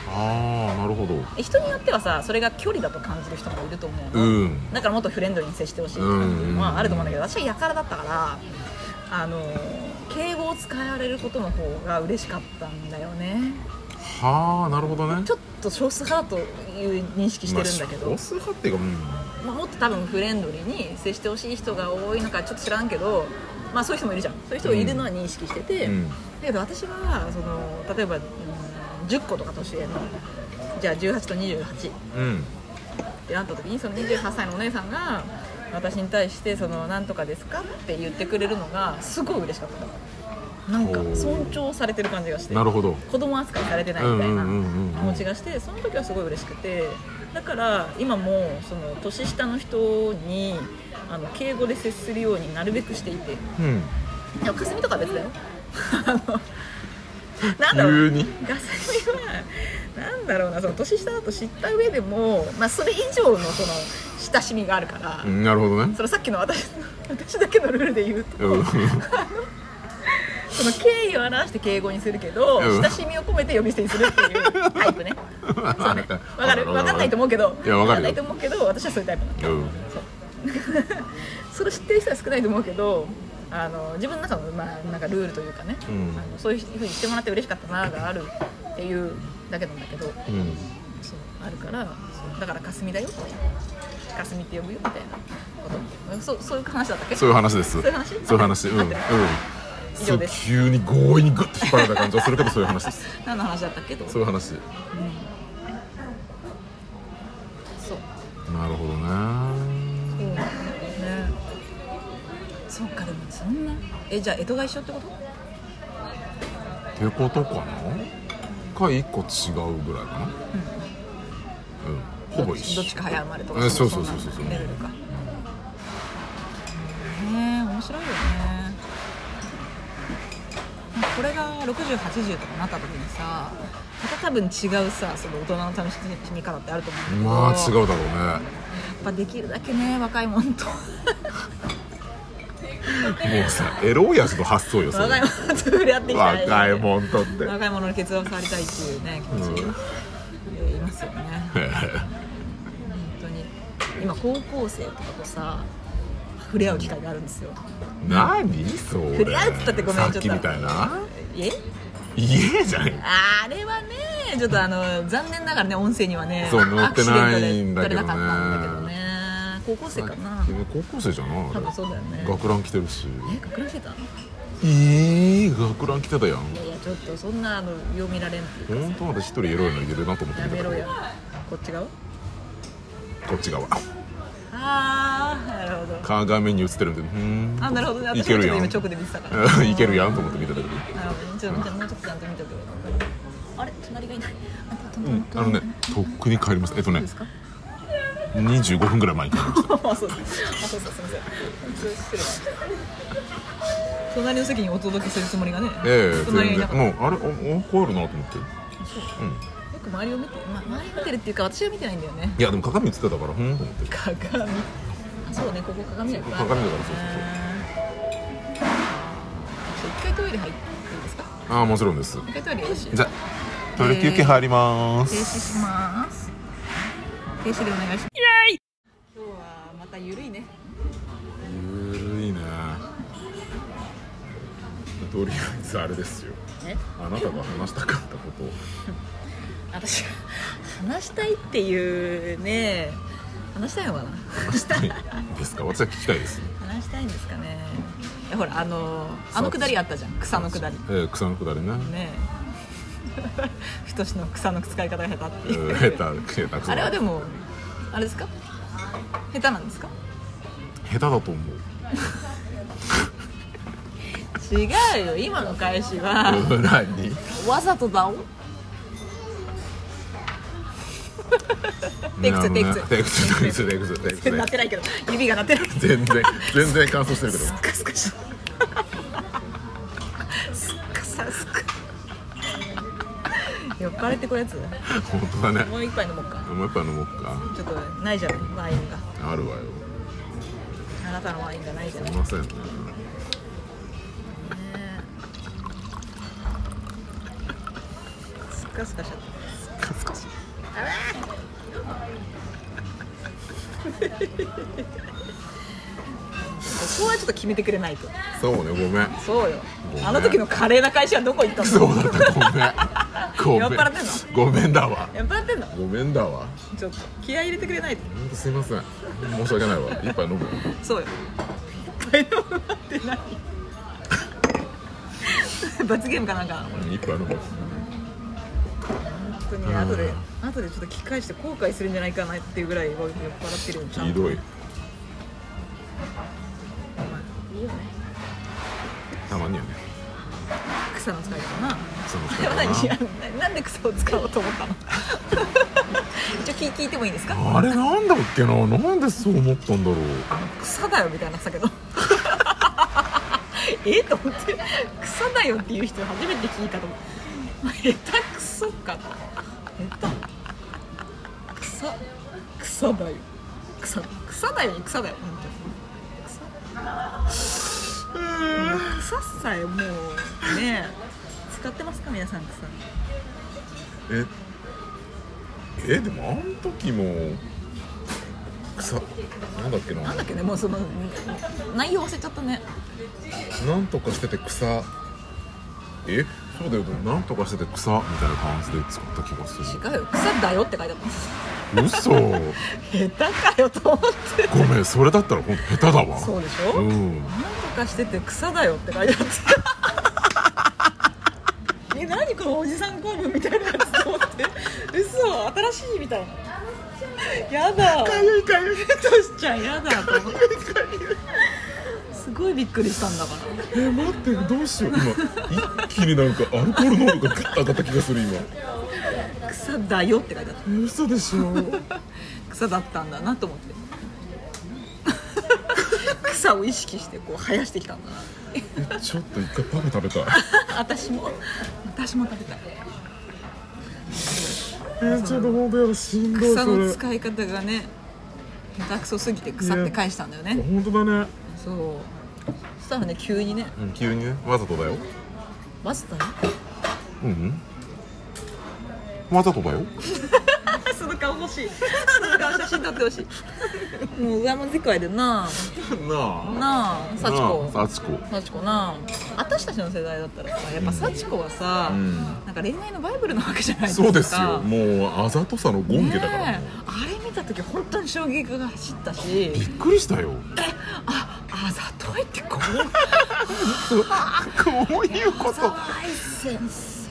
B: えああなるほど
A: 人によってはさそれが距離だと感じる人もいると思うの、
B: うん
A: だからもっとフレンドリーに接してほしいっていうのはあると思うんだけど、私はやからだったからあの敬語を使われることの方が嬉しかったんだよね
B: はあなるほどね
A: ちょっと少数派だという認識してるんだけど、
B: ま
A: ま
B: あ少数派っていうかう
A: あもっと多分フレンドリーに接してほしい人が多いのかちょっと知らんけどまあそういう人もいるじゃんそういう人がいるのは認識してて、
B: んうん
A: だけど私はその例えば、うん10個とか年上のじゃあ18と28
B: うん
A: ってなった時にその28歳のお姉さんが私に対してその「なんとかですか?」って言ってくれるのがすごい嬉しかったなんか
B: おー
A: 尊重されてる感じがして
B: なるほど
A: 子供扱いされてないみたいな
B: うんうんうんうん
A: 気持ちがしてその時はすごい嬉しくてだから今もその年下の人にあの敬語で接するようになるべくしていて
B: うん
A: でもかすみとかは別 だよあのなんだろう
B: 急に
A: ガサミはなんだろうなその年下だと知った上でも、まあ、それ以上のその親しみがあるから、
B: うんなるほどね
A: そのさっきの私 の私だけのルールで言うと
B: うん
A: その敬意を表して敬語にするけど、
B: うん
A: 親しみを込めて呼び捨てにするっていうタイプねそうねわかるわかんないと思うけど
B: いやわかるよ
A: んないと思うけど私はそういう タイプなの
B: うん
A: それ知ってる人は少ないと思うけどあの自分の中の、まあ、なんかルールというかね、
B: うん
A: あのそういうふうに言ってもらって嬉しかったながあるっていうだけなんだけど
B: うん
A: そうあるからそうだから霞だよって霞って呼ぶよみたいなことそうそういう話だったっけ
B: そういう話です
A: そういう話
B: そういう話うん
A: 合
B: う
A: っ
B: ん
A: てる以
B: そ
A: 上
B: う
A: です
B: 急に強引にグッと引っ張られた感じはするけどそういう話です
A: 何の話だったっけと
B: そういう話
A: そう
B: なるほどね
A: ねそっかでもそんなえじゃあ江戸が一緒ってこと
B: ってことかなか一個違うぐらいかなうん、ほぼ一緒
A: どっちか早生まれとか
B: えそうそうそうそう
A: そんなレベルかへえ面白いよねなんかこれが6080とかなった時にさまた多分違うさその大人の楽しみ方ってあると思うんだけど
B: まあ違
A: やっ
B: うだろ
A: ぱできるだけね若いもんと
B: うねもうさエロ親父の発想よそれ
A: 若いもんと触れ合っていきたい
B: 若いもんとって
A: 若い者のケツを触りたいっていうね気持ち、
B: うん
A: えーいますよね本当に今高校生とかとさ触れ合う機会があるんですよ
B: 何それ
A: 触れ合うっつったってごめんちょっと
B: さっきみたいな
A: え
B: 家じゃん
A: あれはねちょっとあの残念ながらね音声にはね
B: そう載ってな
A: アクシ
B: い
A: デン
B: ん
A: トで
B: だ
A: 撮れなか
B: けどね
A: ったんだけどね高校生かな
B: 君高校生じゃないあれ
A: 多分そうだよね
B: 学ラン着てるし
A: え隠れてたの
B: いい学ラン着てたやん
A: いやいやちょっとそんなあのよう見られんっていうか
B: 本当私一人エロいの入れるなと思って
A: や
B: 見
A: め
B: てた
A: ろ
B: けど
A: よこっち側
B: こっち側
A: ああなるほど
B: 鏡に映ってるんでうーん
A: あなるほどね
B: い
A: 私
B: け
A: も
B: る
A: ちょっ
B: や
A: と
B: ん
A: 今直で見てた から
B: うんいけるやんと思って見てたけ
A: な
B: ど
A: るほどねちょっと見てもうちょっとちゃんと見ておくあれ隣がいないあと
B: うんあのねとっくに帰りましたえっとね
A: ですか
B: 25分ぐらい前に帰りまし
A: あ、そうです。あ、そうそう、すみません。失礼しました隣の席にお届けするつもりがね。
B: たええ
A: 隣がいなか
B: 全然
A: った。よ
B: もうあれおお帰るなと思ってうん
A: く周りを見て、ま周り見てるっていうか、私は見てないんだよね。
B: いやでも鏡映ってたからふーんと思って
A: 鏡。あ、そうね、ここ鏡だから。
B: 鏡だからそうそうそう
A: そう。一回トイレ入っていいですか。
B: ああもちろんです
A: 一回トイレよろしい。
B: じゃあトイレ休憩入りまー
A: 停止
B: す
A: します。停止でお願いします。今日はまたゆるいね。
B: ゆるいねとりあえずあれですよ
A: え
B: あなたが話したかったことを
A: 私が話したいっていうね話したいのかな
B: 話したいです か私は聞きたいです
A: 話したいんですかねいやほらあのあのくだりあったじゃん草のくだり
B: えー、草のくだりね
A: ねえ太しの草の使い方が下手って
B: え
A: いう
B: ー、下手下手くそ
A: あれはで
B: も
A: もあれですか下手なんですか
B: 下手だと思う
A: 違うよ今の返しは
B: 裏に
A: わざとだおテイクツーテイクツー
B: テイクツーテイクツーテイクツーテイクツー
A: な ってないけど指がなってない
B: 全然全然乾燥してるけど
A: スカスカしスッカさスカ酔っ払ってこうやつも
B: 本当だね
A: う一杯飲もうか
B: もう一杯飲もうか
A: ちょっとないじゃないワインが
B: あるわよ
A: あなたのワインがないじゃ
B: す
A: ないい
B: ませんね
A: スッカスカしちゃった
B: カスカス
A: そこはちょっと決めてくれないと
B: そうねごめん
A: そうよ
B: ごめん
A: あの時の華麗な返しはどこ行った
B: そ
A: の
B: うだったごめ
A: 酔
B: んごめん
A: っ払って
B: ごめんだわ
A: 酔っ払ってんの
B: ごめんだわ
A: ちょっと気合い入れてくれないと
B: ほんとすいません申し訳ないわ一杯飲むよ
A: そうよいっぱい飲 むって何罰ゲームかなんか
B: 一杯飲むよ
A: 本当に後で後でちょっと聞き返して後悔するんじゃないかなっていうぐらい酔っ払ってるんちゃう
B: ひどい
A: いいよね
B: たまにはね
A: 草の使い方な
B: その
A: でも何
B: 使い方
A: ななんで草を使おうと思ったの 一応聞い聞いてもいいですか
B: なあれなんだっけななんでそう思ったんだろう
A: 草だよみたいなさけど えっと思って草だよっていう人初めて聞いたと思う下手くそかな下手草草だよ草草だよに草だよ本当に草うん草さえもうね使ってますか皆さん草
B: ええでもあの時も草なんだっけな
A: なんだっけねもうその内容忘れちゃったね
B: なんとかしてて草えそうだよでもなんとかしてて草みたいな感じで使った気がす
A: 違うよ草だよって書いてあっ
B: る嘘
A: た下手かよと思って
B: ごめんそれだったらほんと下手だわ
A: そうでしょ
B: うん
A: なんとかしてて草だよって書いてあった え何このおじさん公文みたいなやつと思って嘘新しいみたいなやだかゆいかゆいとしちゃんやだと思ってすごいびっくりしたんだから
B: え待ってどうしよう今一気になんかアルコール濃度がガッと上がった気がする今
C: やってください
A: 草だよって書いてあっ
B: え嘘でしょ
A: た草だったんだなと思って 草を意識してこう生やしてきたんだな
B: えちょっと一回パフェ食べたい
A: 私も私も食べたい
B: えちょっと本当やだしんどい
A: 草
B: そ
A: の
B: れ
A: 使い方がね下手くそすぎて草って返したんだよね
B: 本当だね、
A: そうそしたらね急にね
B: うん、急にねわざとだよ
A: 「マスタ
B: うんうんわざとだよ
A: ー?」 その顔欲しいその顔写真撮ってほしいもう上文字会でな
B: な
A: なあ幸子
B: なあ幸子
A: 幸子な私たちの世代だったらさやっぱ幸子はさ、
B: うん
A: なんか恋愛のバイブルなわけじゃないですか
B: そうですよもうあざとさのゴンゲだから、
A: ねえあれ見た時本当に衝撃が走ったし
B: びっくり したよ
A: ああざといってこう
B: こういうこ
A: か
B: と
A: わいセンス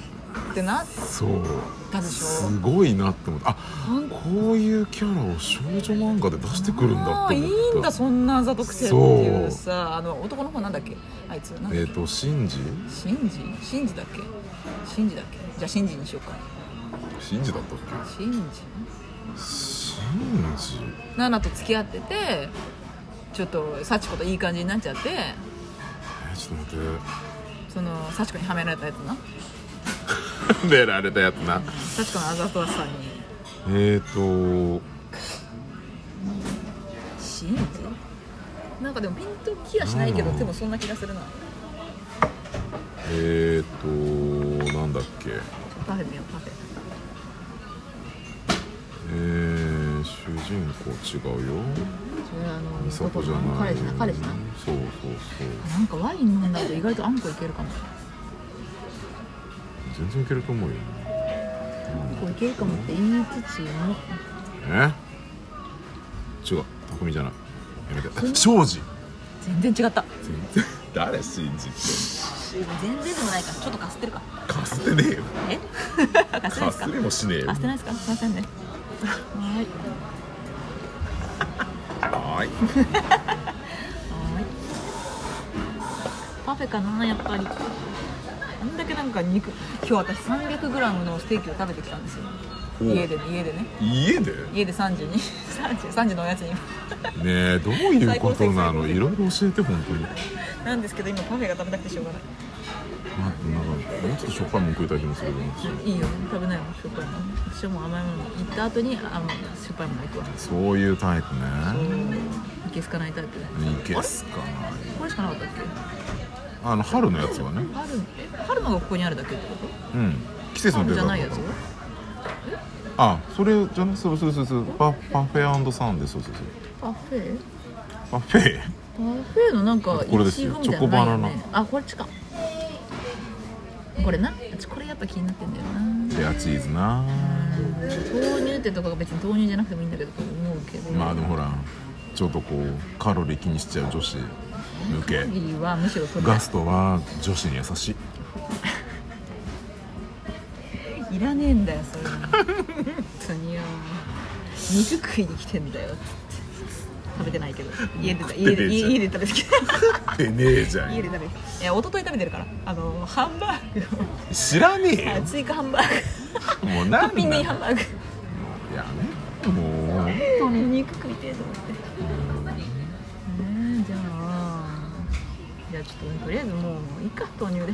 A: ってなっ
B: そう
A: たでしょ
B: すごいなって思ったあ
A: ほんと
B: こういうキャラを少女漫画で出してくるんだって思った
A: いいんだそんなあざとくてっていう
B: そ
A: さあの男の方なんだっけあいつなんだっけ、
B: えっ、とシンジ
A: シンジシンジだっけシンジだっけじゃあシンジにしようか
B: シンジだったっけ
A: シンジ
B: シンジ
A: ナナと付き合っててちょっと幸子といい感じになっちゃって
B: えちょっと
A: その幸子にはめられたやつな
B: 待って 出られたやつな
A: 幸子のあざとさに
B: えっ、ー、と
A: シンジなんかでもピンときはしないけど
B: うん
A: でもそんな気がするな
B: えっ、ー、となんだっけ
A: パフェ見ようパフェ
B: えー、主人公違うよ
A: それあの
B: 美里じゃない
A: 彼氏な彼氏な
B: そうそうそう
A: なんかワイン飲んだと意外とあんこいけるかも
B: 全然いけると思うよ
A: あんこいけるかもって言いつつも
B: え違う匠じゃないやめて庄司
A: 全然違った
B: 誰信じて
A: 全然でもないかちょっとかすってるか
B: かすってねえよ
A: えかすない
B: か
A: ですか
B: すれもしねえよ
A: かすってないですかすいませんねはーい
B: はーい
A: はーいパフェかなやっぱりあんだけなんか肉今日私 300g のステーキを食べてきたんですよ
B: お
A: 家でね家でね
B: 家でね
A: 家で32 30 30のおやつに
B: えどういうことな
A: 最高最
B: の
A: 高
B: いろいろ教えて本当に待
A: なんですけど今パフェが食べたくてしょうがない
B: ってなんかもうちょっとしょっぱいもん食いたい気もするけど
A: いいよ食べないもんしょっぱいもん私はもう甘いもの行った後にあもうしょっぱいもの行くわ
B: そういうタイプね
A: いけすかないタイプで
B: いけすかない
A: これしかなかったっけ
B: あの春のやつはね
A: 春え春のがここにあるだけってこと
B: うん季節の
A: 春
B: 出
A: じ
B: た
A: ゃ
B: の
A: ないやつ
B: あそれじゃなそうそうそうそうパパフェサンデーそうそうそう
A: パフェ
B: パフェ
A: パフェのなんか
B: これですよ
A: イチゴみたいなのないよ
B: チョ
A: ねあこっちかこれな私これやっぱ気になってんだよな
B: レアチーズな
A: 豆乳ってとこが別に豆乳じゃなくてもいいんだけどと思うけど
B: まあでもほらちょっとこうカロリー気にしちゃう女子向け
A: ギーはむしろそれ
B: ガストは女子に優しい
A: いらねえんだよそれ本当によ肉食いに来てんだよ食べてないけど家で
B: 食ってね
A: 家
B: え
A: で家家で
B: じゃん
A: 食べてき
B: でねえじゃ
A: 家で食べていや一昨日食べてるからあのハンバーグを
B: 知らねえ
A: あ
B: よ
A: 追加ハンバーグ
B: もう
A: ト
B: なん
A: ッピング
B: だ
A: にハンバーグ
B: やめもう
A: 本当に肉食いてえと思ってえーじゃあじゃあちょっととりあえずもういいか豆乳で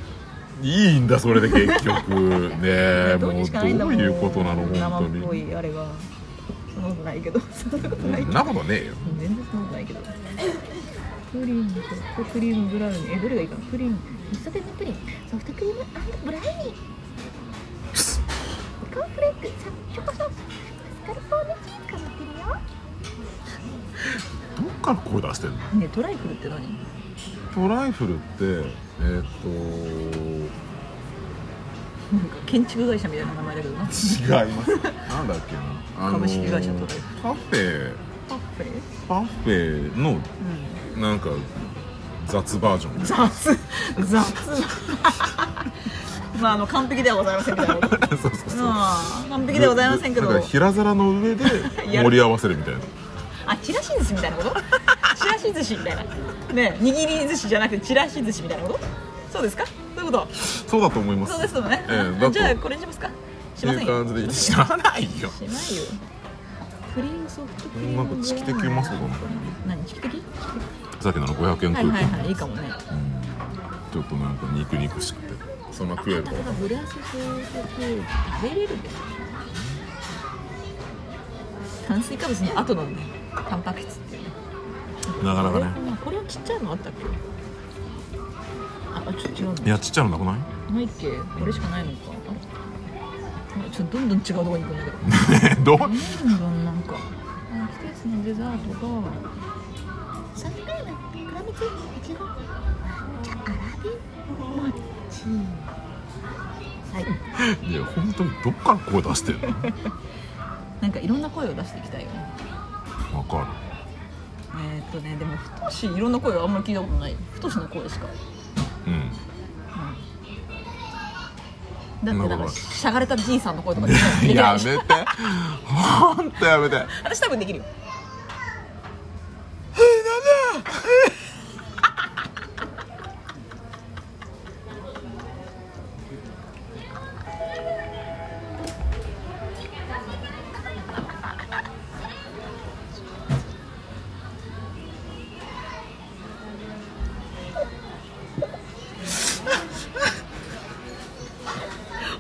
B: いいんだそれで結局ねえ
A: 豆
B: も
A: 乳
B: う
A: しか
B: どう
A: ないんだもん
B: いうことなの本
A: 生っ
B: 当
A: ぽ
B: に
A: いあれがそんなことないけどそんなことないけ
B: そん
A: ど
B: なことねえよ
A: 全然そんなことないけどプリンとソフトクリームブラウニーえどれがいいかなプリン
C: 喫茶店のプリン、ソフトクリームブラウニー。コーンフレーク、チョコショート、マスカルポーネチーズかぶってるよ。
B: どっから声出してんの
A: ねえトライフルって何
B: トライフルってえーっ
A: なんか建築会社みたいな名前だけどな
B: と違いますなんだっけなあの
A: 株式会社トライフル
B: カフェ
A: パフェ
B: パフェの
A: う
B: なんか雑バージョン
A: ん雑雑 まああの完璧ではございませ んけどうん
B: そうそうそう
A: 完璧ではございませんけど
B: なんか平皿の 上で
A: やる
B: 盛り合わせるみたいな
A: あちらし寿司みたいなこと ちらし寿司みたいなねえ握り寿司じゃなくてちらし寿司みたいなことそうですかそういうこと
B: そうだと思います
A: そうですよね、
B: ええだと
A: じゃあこれにしますかしませんよ
B: っていう感じで知らないよ
A: しないよクリームソフトクリーム
B: なんかチキテキうまそうだな
A: 何チキテキ
B: さっきのあの500円
A: は
B: ク
A: い
B: ー
A: はい
B: ポ
A: はいいいかもね
B: ンちょっとなんか肉肉しくてそんな食える
A: だ
B: か
A: からブラスソースケーキ食べれるでしょ炭水化物の後のねタンパク質っていうね
B: なかなかね
A: これはちっちゃいのあったっけああちょっと違うの
B: いやちっちゃいのなくない
A: ないっけこれしかないのかあれあちょっとどんどん違うとこに行くんだけど
B: ね どう
A: どんどんなんかあ季節のデザートが
C: サンクラム黒蜜いちごじゃあアラビもう
A: はい
B: いや本当にどっから声出してん の
A: なんかいろんな声を出していきたいよね
B: わか
A: えーっとねでも太しいろんな声はあんまり聞いたことない太しの声しか
B: るうん
A: だってなんかしゃがれたじいさんの声とかできない
B: やめてほんとやめて
A: 私多分できるよ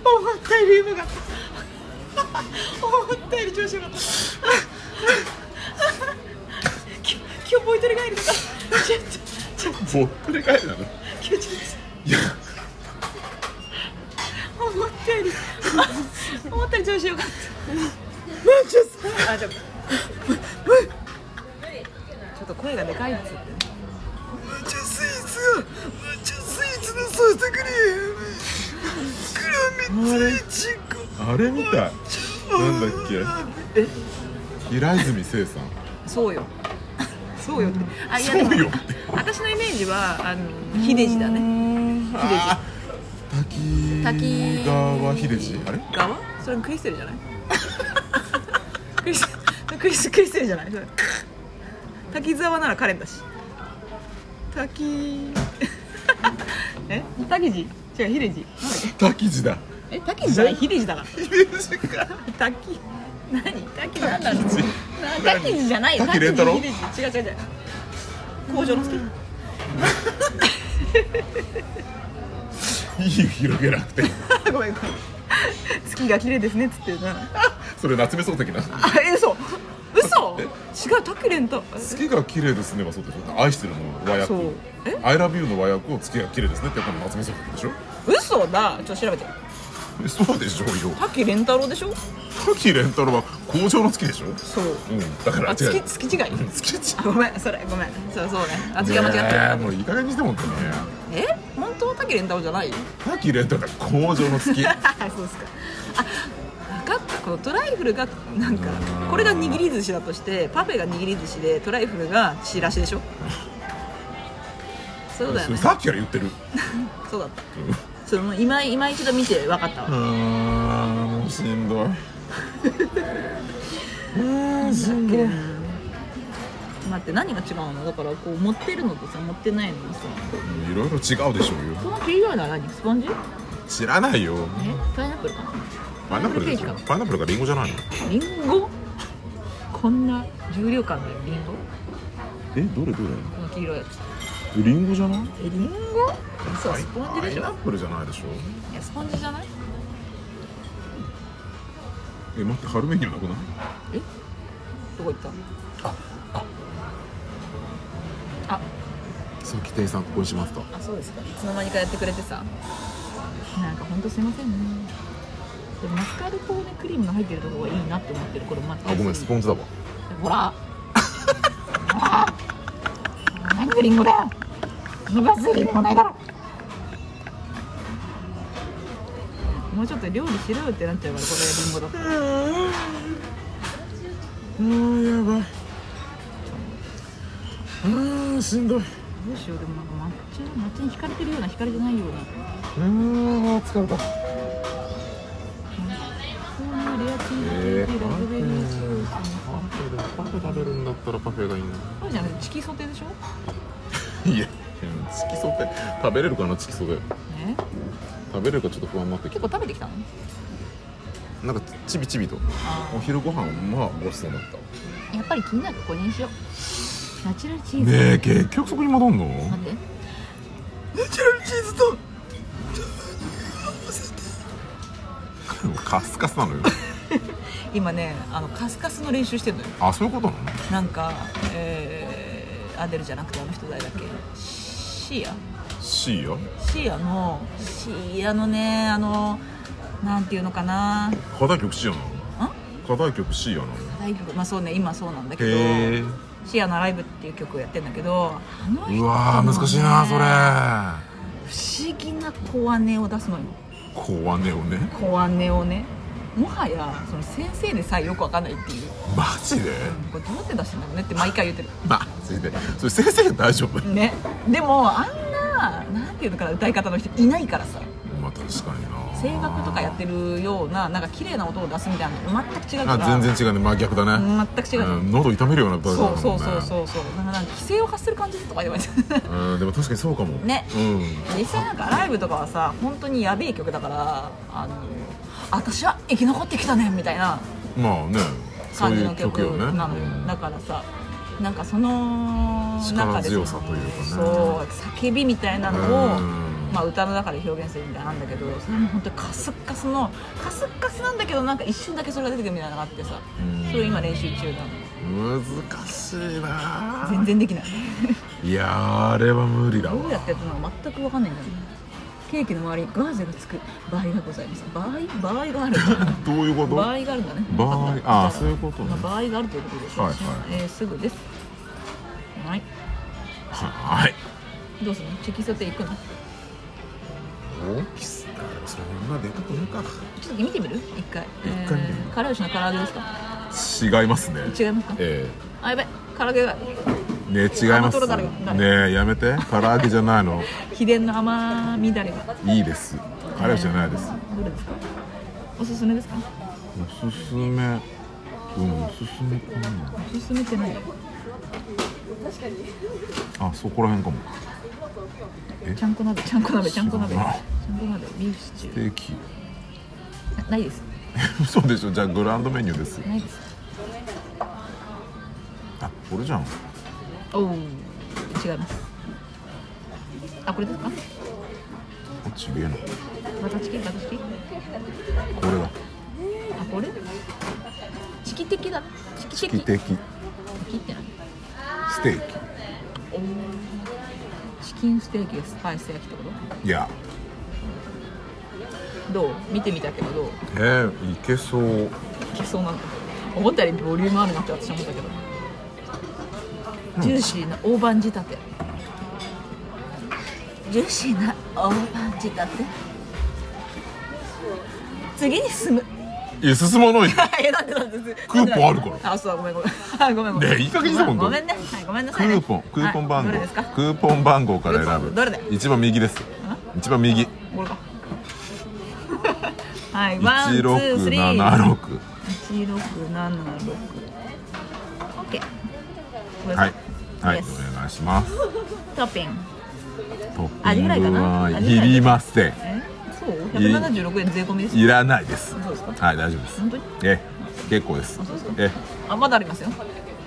A: 思ったより夢が 思ったより調子よかったき今日ボイトレ帰りとかちょっとちょっと
B: ぼっくり返るなの
A: 今日ちょっ
B: いや
A: と思ったよりあ思ったより調子よかったあちょっとちょっと声がでかいっつって
D: 抹茶スイーツが抹茶スイーツのソフトクリーム黒蜜いちご
B: あれみたいなんだっけ平泉成さん
A: そうよそうよってあい
B: そうよ
A: 私のイメージはあの秀治だね
B: あー滝川秀治あれ
A: 側それクリステルじゃないクリスクリスクリステルじゃないそれ滝沢ならカレンだし滝え滝地違う秀治なんだっけ
B: 滝治だ
A: え滝地じゃない秀治だから
B: 秀治か
A: 滝何滝なんだろうな滝地じゃないよ
B: 滝蓮太郎
A: 滝地秀治違う違う違う工場の助
B: いいよ広げなくて
A: ごめんごめん月が綺麗ですねっつってるな
B: それ夏目漱石な
A: あえ嘘嘘違う滝蓮太
B: 月が綺麗ですねはそうでしょ愛してるの和
A: そう
B: 訳
A: え
B: アイラビューの和訳を月が綺麗ですねってやったの夏目漱石でしょ
A: 嘘だちょっと調べて
B: えそうでしょうよ
A: 滝蓮太郎でしょ
B: 滝蓮太郎は工場の月でしょ
A: そう
B: うんだから
A: あ
B: 違
A: 月
B: う
A: 月違い
B: 月違
A: あごめんそれごめんそうそうねあ
B: う
A: 違う間違った
B: ねえもういい加減にしてもんってね
A: え本当は滝蓮太郎じゃないよ
B: 滝蓮太郎は工場の月
A: そうっすかあ分かったこのトライフルがなんかこれが握り寿司だとしてパフェが握り寿司でトライフルがしらしでしょそうだよね
B: さっきから言ってる
A: そうだったその今今一度見て分かったわ
B: あーもうしんどい
A: しんどい待って何が違うのだからこう持ってるのとさ持ってないのとさ
B: いろいろ違うでしょうよ
A: この黄色いのは何スポンジえ
B: 知らないよ
A: パイナップルかな
B: パイナップルでしょパイナップルかリンゴじゃないの
A: リンゴこんな重量感のあるリンゴ
B: えどれどれ
A: この黄色いやつ
B: えリンゴじゃない
A: えリンゴそうスポンジ
B: パ
A: で
B: イ
A: しょ
B: ナップルじゃないでしょ
A: いやスポンジじゃない
B: え待って春メニューなくない
A: どこ行ったあ
B: さっき店員さんここにしますと
A: あそうですかいつの間にかやってくれてさなんかほんとすいませんねでもマスカルポーネクリームが入ってるとこがいいなって思ってるこれ待って
B: あごめんスポンジだわ
A: ほらほら何がリンゴだよ2バスリンゴないだろもうちょっと料理しろよってなっちゃうからこれリンゴだったら
B: あーやばいあーしんどい
A: どうしようでもなんか抹茶抹茶に惹かれてるような惹かれてないような
B: あー疲れた
A: そういうレアチーズ
B: え
A: ケーキラ
B: ー、パ
A: ズ
B: フ
A: ベリーソース
B: ェパフェ食べるんだったらパフェがいいな
A: これじゃないチキソテでしょ
B: いやチキソテ食べれるかなチキソテ
A: え
B: 食べれるかちょっと不安になってき
A: 結
B: た
A: 構食べてきたの
B: なんかちびちびと
A: あー
B: お昼ご飯まあごちそうになった
A: やっぱり気になるこれにしようナチュラルチーズ
B: ねえ結局そこに戻んの
A: 待って
D: ナチュラルチーズと
B: カスカスなのよ
A: 今ねあのカスカスの練習してんのよ
B: あそういうことなの
A: なんかえー、アデルじゃなくてあの人誰だっけシーア
B: C よ
A: シーアのシーアのねあのなんていうのかな
B: 課題曲 C やな課題曲 C やな
A: 大曲まあそうね今そうなんだけど
B: へえ
A: シーアの「ライブ」っていう曲をやってんだけどあの人のね
B: うわー難しいなそ
A: 不
B: れ
A: 思議な小姉を出すのよ
B: 小姉をね
A: 小姉をねもはやその先生でさえよくわかんないっていう
B: マジで
A: これどうやって出してんだろうねって毎回言ってる
B: マジでそれ先生大丈夫
A: ねでもあんななんていうのかな歌い方の人いないからさ
B: まあ確かにな
A: 声楽とかやってるようななんか綺麗な音を出すみたいなのと全く違うから
B: あ全然違うね真逆だね、
A: 全く違うじゃん
B: うん喉痛めるような歌だもん
A: そう
B: ね
A: そうそうそうそうなんかなんか規制を発する感じとか言われて
B: うんでも確かにそうかも
A: ね
B: うん
A: 実際なんかライブとかはさ本当にやべえ曲だからあの私は生き残ってきたねみたいな
B: まあねそう
A: 感じ
B: い
A: の
B: う曲
A: 曲
B: よね
A: なのよ、
B: うん
A: だからさなんかその中
B: 力
A: で
B: 強さというかね
A: そう叫びみたいなのを、
B: うん
A: まあ、歌の中で表現するみたいなんだけどそれも本当にカスッカスのカスッカスなんだけどなんか一瞬だけそれが出てくるみたいなのがあってさ
B: うん
A: それ今練習中なの
B: 難しいな
A: 全然できない
B: いやーあれは無理だ
A: どうや
B: わ
A: ってやってるのか全く分かんないんだよねケーキの周りにガーゼがつく場合がございます場合場合があるんだ
B: どういうこと
A: 場合があるんだね
B: 場合あーそういうことね
A: ま場合があるということです、
B: はいはい
A: えーすぐですはい
B: はい
A: どうするのチキソテ行くのち
B: 大きすそんなでかくねえ
A: ょっと見てみる一回
B: 一回見てみる
A: えー、からしの唐揚げですか
B: か違いますね
A: 違いますか
B: え
A: あやべ唐揚げが
B: えね違います
A: 甘党だから
B: ねえやめて唐揚げじゃないの
A: 秘伝の甘みだれが
B: いいですあれじゃないです
A: どれですかおすすめですか
B: おすすめうんおすすめかな
A: おすすめってない
B: あそこら辺かも
A: ちゃんこ鍋ちゃんこ鍋ちゃんこ鍋ち
B: 知ら
A: ゃ
B: ない
A: んこ鍋ビーフシチュ
B: ステーキ
A: ーないです
B: 嘘でしょじゃあグランドメニューです
A: ないです
B: あこれじゃん
A: おお違いますあこれですか
B: あちげえな
A: バタチキバタチキ
B: これだ
A: あこれチキ的だチキ的
B: チキテキ
A: チキって何
B: ステー
A: おーチキンステーキがスパイス焼きってこ
B: キいや
A: とどう見てみたけどどうい
B: えー、いけそう
A: けそうなんだ思ったよりボリュームあるなって私は思ったけど、ジューシーな大判仕立てジューシーな大判仕立て次に進む
B: いや進まないよ
A: えなんでなんで
B: クーポンあるから
A: あそうだごめんごめんあごめんごめん
B: ねえいい加減にして
A: ご
B: 本当に
A: めんねはいごめんな
B: ク
A: さいね
B: ーポン クーポン番
A: は
B: 号、
A: いどれですか
B: クーポン番号から選ぶ
A: どれだ
B: 一番右です一番右
A: これかはいワンツースリー
B: 1676
A: 1676オッケーごめんな
B: は
A: さ
B: いはい
A: Yes
B: お願いします
A: トッピング
B: トッ
A: アジ
B: ピン
A: フライか
B: グ
A: な
B: はいりません
A: えそう176円税込みです
B: いらないです
A: そうですか
B: はい大丈夫です
A: 本当に
B: ええ結構です
A: あそうですか
B: え
A: あまだありますよ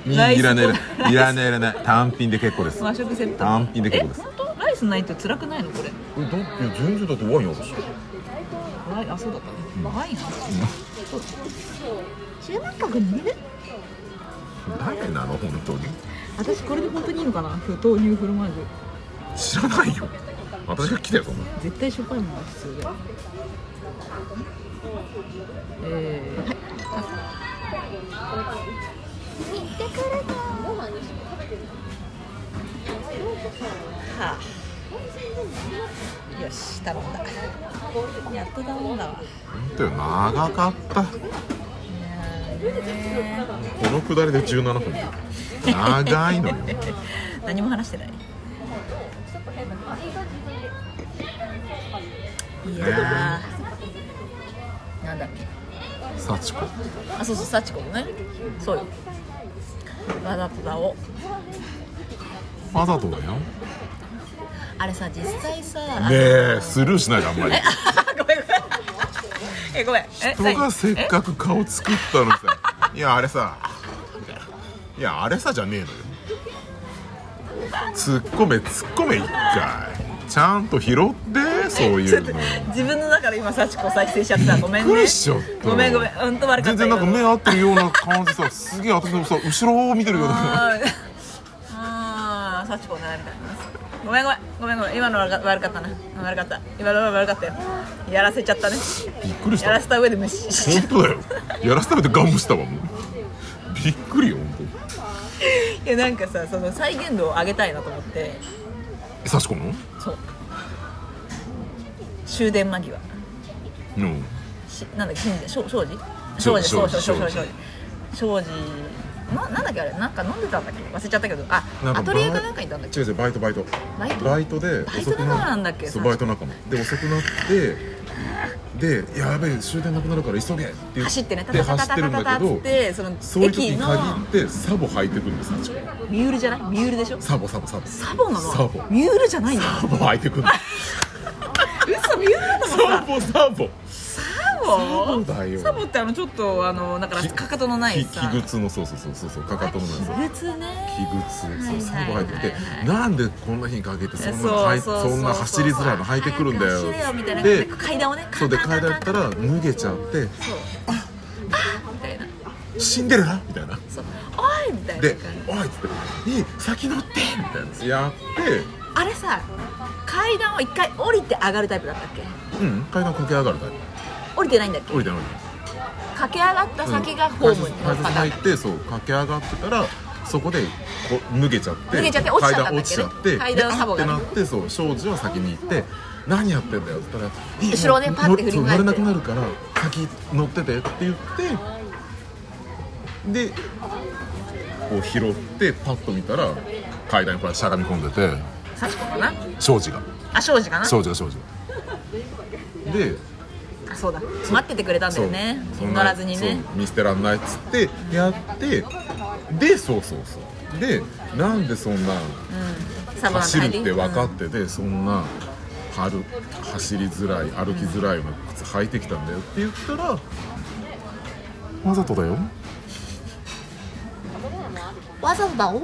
B: えい
A: ライス
B: いらないいら
A: ラ
B: な
A: イ
B: い
A: ス
B: いらないいらない単品で結構です
A: 和食セット
B: 単品で結構です
A: え本当ライスないと辛くないのこれ
B: えだって全然だってワインあるし
A: ワインあそうだったね、ワインあそう
C: 注文額に入れる
B: 誰なの本当に
A: 私これで本当にいいのかな不豆乳フロマージュ
B: 知らないよ私が来たよそんな
A: 絶対しょっぱいものが必要だよえー、はい
C: 行ってくるぞ
A: はあ、よし頼んだやっと頼んだわ
B: 本当よ長かった
A: ね
B: このくだりで17分長いのよ
A: え何も話してないいやーなんだっけ
B: 幸子
A: あそうそう幸子のねそうよわざとだを
B: わざとだよね
A: あれさ実際さ、あの
B: えスルーしないであんまり
A: ごめんごめんえごめんえ
B: 人がせっかく顔作ったのにさ「いやあれさ」みたいな「いやあれさ」じゃねえのよ突っ込め突っ込め一回ちゃんと拾ってそう
A: 何
B: い
A: ちょっ
B: う
A: と
B: の
A: 自分の中で今幸子再生しちゃったごめん
B: びっく
A: ね
B: りしちゃった
A: ごめんごめん本当悪かった
B: 全然なんか目合ってるような感じさすげえ私もさ後ろを見てるような
A: あーあー幸子ねみたいなごめんごめんごめんごめん今のは悪か悪かったな悪かった今のは悪かったよやらせちゃったね
B: びっくりし
A: やら
B: た
A: せた上で無視しちゃ
B: 本
A: っ
B: 当だよやらせたらってガン無したわもうびっくりよ本当に
A: たいやなんかさその再現度を上げたいなと思って
B: え幸子の
A: そう終電間際
B: うん
A: しなんだっけ神社しょ庄司
B: 庄
A: 庄
B: 司
A: 司そうそう
B: 庄
A: 庄
B: 司
A: 司庄司庄司ななんだっけあれなんか飲んでたんだっけ忘れちゃったけどあ
B: なんか
A: アトリエかなんかにいたんだっけ
B: 違う違うバイトバイト
A: バイトバ
B: で
A: イト
B: 遅く
A: 仲間なんだっけ
B: そう
A: さ
B: バイト仲間で遅くなってでやべえ終電なくなるから急げって言
A: 走ってねタ
B: で
A: タタ
B: 走
A: タ
B: ってる
A: タ
B: ん
A: タ
B: だ
A: タ
B: け
A: っ
B: ど
A: つってその
B: そういう時
A: 駅
B: に
A: の
B: 限ってサボ履いてくるんです幸子
A: ミュールじゃないミュールでしょ
B: サボサボサボ
A: サボなの
B: サボ
A: ミュールじゃないの
B: サボ履いてくる
A: 嘘ミュールなの
B: サ
A: さ
B: ボ
A: サ
B: サボ
A: ボ
B: サボだよ
A: サボってあのちょっとあのだから
B: き
A: かかとのない
B: き
A: さ
B: 器具のそうそうそうそうそうかかとのないそう
A: 器具ね
B: 器具通そうサボ
A: はいはいはいはい
B: 履いててなんでこんな日にかけてそんな
A: そう
B: 履い
A: そうそう
B: そんな走りづらいの履いてくるんだよ
A: 早く走れよみたいな
B: で
A: 階段をね
B: そうで
A: カン
B: 階
A: カンカン
B: 段やっ
A: カ
B: た
A: ン
B: ら脱げちゃ
A: そ
B: って
A: うパーみたいな
B: 死んでるなみたいな
A: そうおいみたいな
B: で
A: 感じ
B: 「おい!」っつって「いい先乗って!」みたいなやって
A: あれさ階段を一回降りて上がるタイプだったっけ
B: うん階段駆け上がるタイプ
A: 降りてないんだっけ
B: 降りてない
A: 駆け上がった先がホームの
B: 階
A: パ
B: 段
A: ター
B: 入
A: ン
B: ってそう駆け上がってたらそこでこう脱げちゃって
A: 脱げちゃって落ちちゃったんだっけね
B: 階
A: 階
B: 段
A: 段サボ
B: 落ちちゃってで
A: がね
B: あってなってそう庄司は先に行って「何やってんだよ」って言ったら「いい
A: 後ろをね
B: もう
A: パッて振り
B: そう
A: 向いて
B: 乗れなくなるから先乗ってて」って言ってでこう拾ってパッと見たら階段にこれしゃがみ込んでて
A: 幸子かな
B: 庄司が
A: あ庄司かな
B: 庄司が庄司がで
A: あそうだ待っててくれたんだよね
B: そう
A: 乗らずに
B: そ
A: ね
B: う見捨てらんないっつってやってでそうそうそうでなんでそんな
A: うんサボなんて
B: 走
A: 入
B: るっ
A: り
B: て分か
A: う
B: っ
A: ん
B: てて、そんなはる走りづらい歩きづらいの靴履いてきたんだよって言ったらわざとだよ
C: わざわざを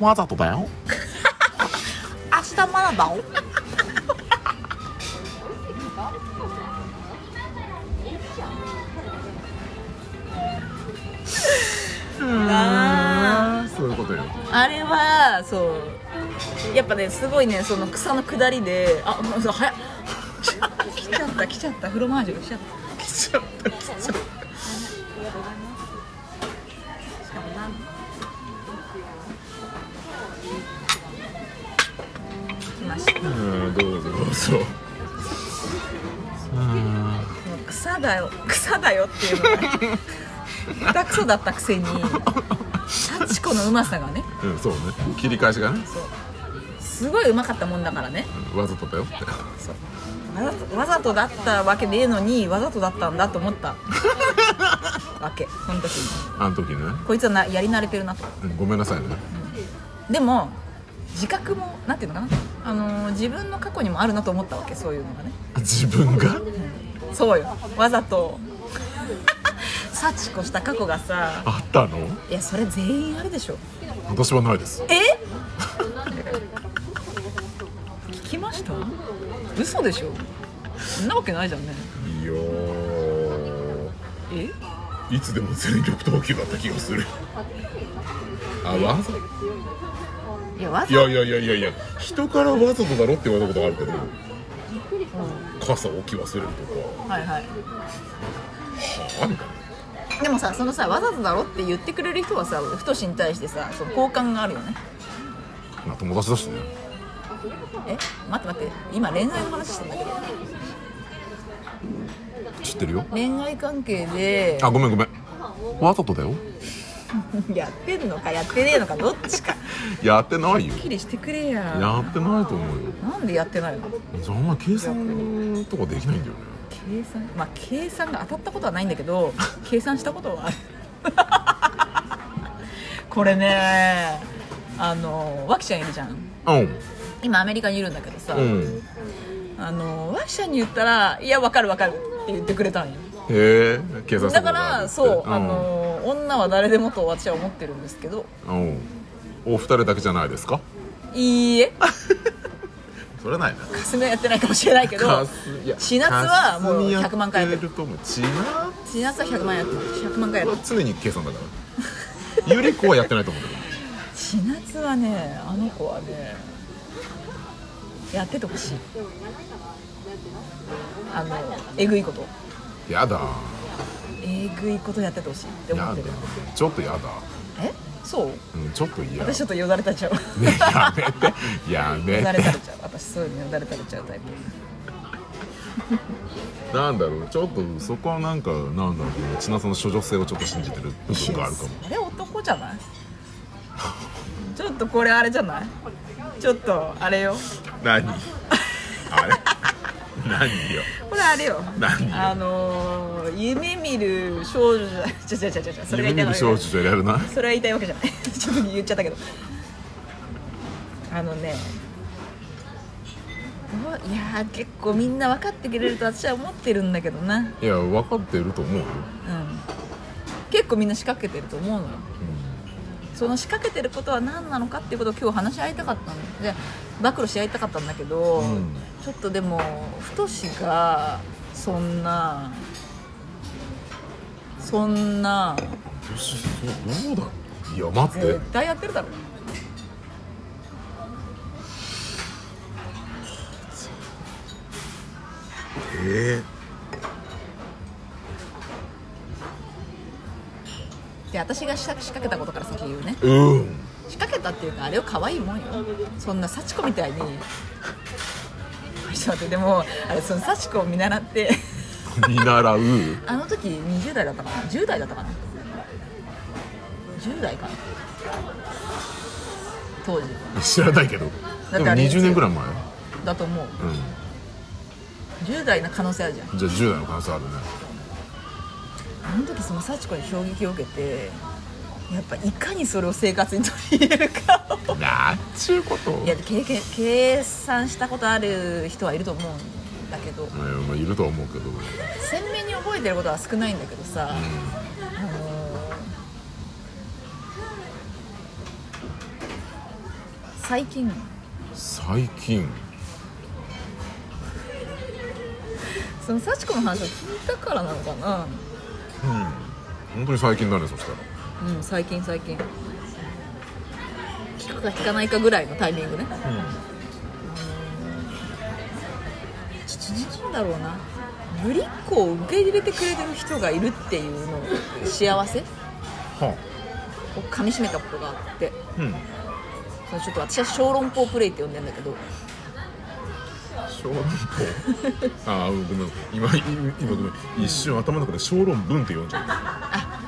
C: 明
B: わざとだよ
C: 日まだだを
A: あ
B: そういうことよ
A: ーあれはそうやっぱねすごいねその草の下りであそう早っ来ちゃった来ちゃったフロマージュが来ちゃった
B: 来ちゃった来ちゃっ
A: しかもなん来ました
B: たうんどうぞどうぞ
A: もう草だよ草だよっていうのがまたクソだったくせに幸子のうまさがね
B: うんそうね切り返しがね
A: すごいうまかったもんだからね
B: わざとだよって
A: わざとわざとだったわけねえのにわざとだったんだと思ったわけその時に
B: あの時ね、
A: こいつはなやり慣れてるなと
B: うんごめんなさいね
A: でも自覚もなんていうのかな、あのー自分の過去にもあるなと思ったわけそういうのがね
B: 自分が
A: そうよわざと 幸子した過去がさ
B: あったの
A: いやそれ全員あるでしょ
B: 私はないです
A: え聞きました嘘でしょそんなわけないじゃんね
B: いやー
A: え
B: いつでも全力投球だった気がするあわざ
A: いやわ
B: い
A: ざ
B: やいやいやいやいや人からわざとだろって言われたことあるけど傘置き忘れると
A: はいはい
B: かはあみたいな
A: でもさそのさわざとだろって言ってくれる人はさふとしに対してさその好感があるよね
B: まあ友達だしね
A: え待って待って今恋愛の話してんだけど
B: 知ってるよ
A: 恋愛関係で
B: あごめんごめんわざとだよ
A: やってんのかやってねえのかどっちかは
B: やってないよ
A: っきりしてくれや
B: やってないと思うよ
A: なんでやってないの
B: じゃああんまり計算とかできないんだよね
A: 計算まあ計算が当たったことはないんだけど計算したことはあるこれねあの脇ちゃんいるじゃん
B: うん
A: 今アメリカにいるんだけどさ、
B: うん
A: あのワンシャンに言ったら「いやわかるわかる」って言ってくれたんよ
B: へえ警察
A: だ
B: と
A: からそう、あの女は誰でもと私は思ってるんですけど
B: うんお二人だけじゃないですか
A: いいえ
B: それはないな
A: 霞はやってないかもしれないけど
B: かすいや
A: 千夏はもう
B: かすみや
A: 100万回やって
B: ると思う千夏
A: 千夏は100万やってる100万回やって
B: は
A: る
B: 常に計算だから ゆり子はやってないと思うけど
A: 千夏はねあの子はねやっててほしいあのえぐいこと
B: やだ
A: えぐいことやっててほしいって思
B: や
A: っ
B: だ
A: てる
B: ちょっとやだ、
A: えそう
B: うん、ちょっと嫌
A: 私ちょっとよだれたちゃう
B: ねやめてや
A: よだ
B: め
A: れた
B: て
A: れちゃう私そういうのよだれたれちゃうタイプ
B: なんだろうちょっとそこはなんかなんだろう千奈さんの処女性をちょっと信じてる部分があるかも
A: あれ男じゃないちょっとこれあれじゃないちょっとあれよ
B: 何あ れ何よ
A: これあれよ
B: 何よ
A: あのー、夢見る少女じゃないちょちょちょちょちょそれが
B: 夢
A: 言いたいわ
B: 見る
A: け
B: 少女じゃやるな
A: それは言いたいわけじゃない ちょっと言っちゃったけどあのねどういやー結構みんな分かってくれると私は思ってるんだけどなうん
B: いや分かってると思うよ、
A: 結構みんな仕掛けてると思うのよ
B: う
A: その仕掛けてることは何なのかっていうことを今日話し合いたかったんで暴露し合いたかったんだけど、
B: うん、
A: ちょっとでも太がそんなそんなん
B: よしそうどうだいや待って
A: 絶対やってるだろ
B: え
A: で私が仕掛けたことから先言うね
B: えうん
A: 仕掛けたっていうかあれを可愛いもんよそんな幸子みたいに ちょっと待ってでもあれその幸子を見習って
B: 見習う
A: あの時20代だったかな10代だったかな10代かな当時
B: 知らないけど
A: だっ
B: でも
A: てあれ
B: 20年ぐらい前
A: だと思う10代な可能性あるじゃん
B: うんじゃあ10代の可能性あるね
A: あの時その幸子に衝撃を受けてやっぱいかにそれを生活に取り入れるかを
B: なんちゅうこと
A: いや経験計算したことある人はいると思うんだけど
B: いやまあ、いるとは思うけど、
A: 鮮明に覚えてることは少ないんだけどさ、あのー最近
B: 最近
A: その幸子の話を聞いたからなのかな
B: うん本当に最近だねそしたら
A: うん最近最近聞くか聞かないかぐらいのタイミングねなんだろうなぶりっ子を受け入れてくれてる人がいるっていうの幸せ
B: は
A: をかみしめたことがあって
B: あうん
A: そのちょっと私は小籠包プレイって呼んでんだけど
B: 小籠包ああごめん今今今ごめん一瞬頭の中で小籠文って呼んじゃ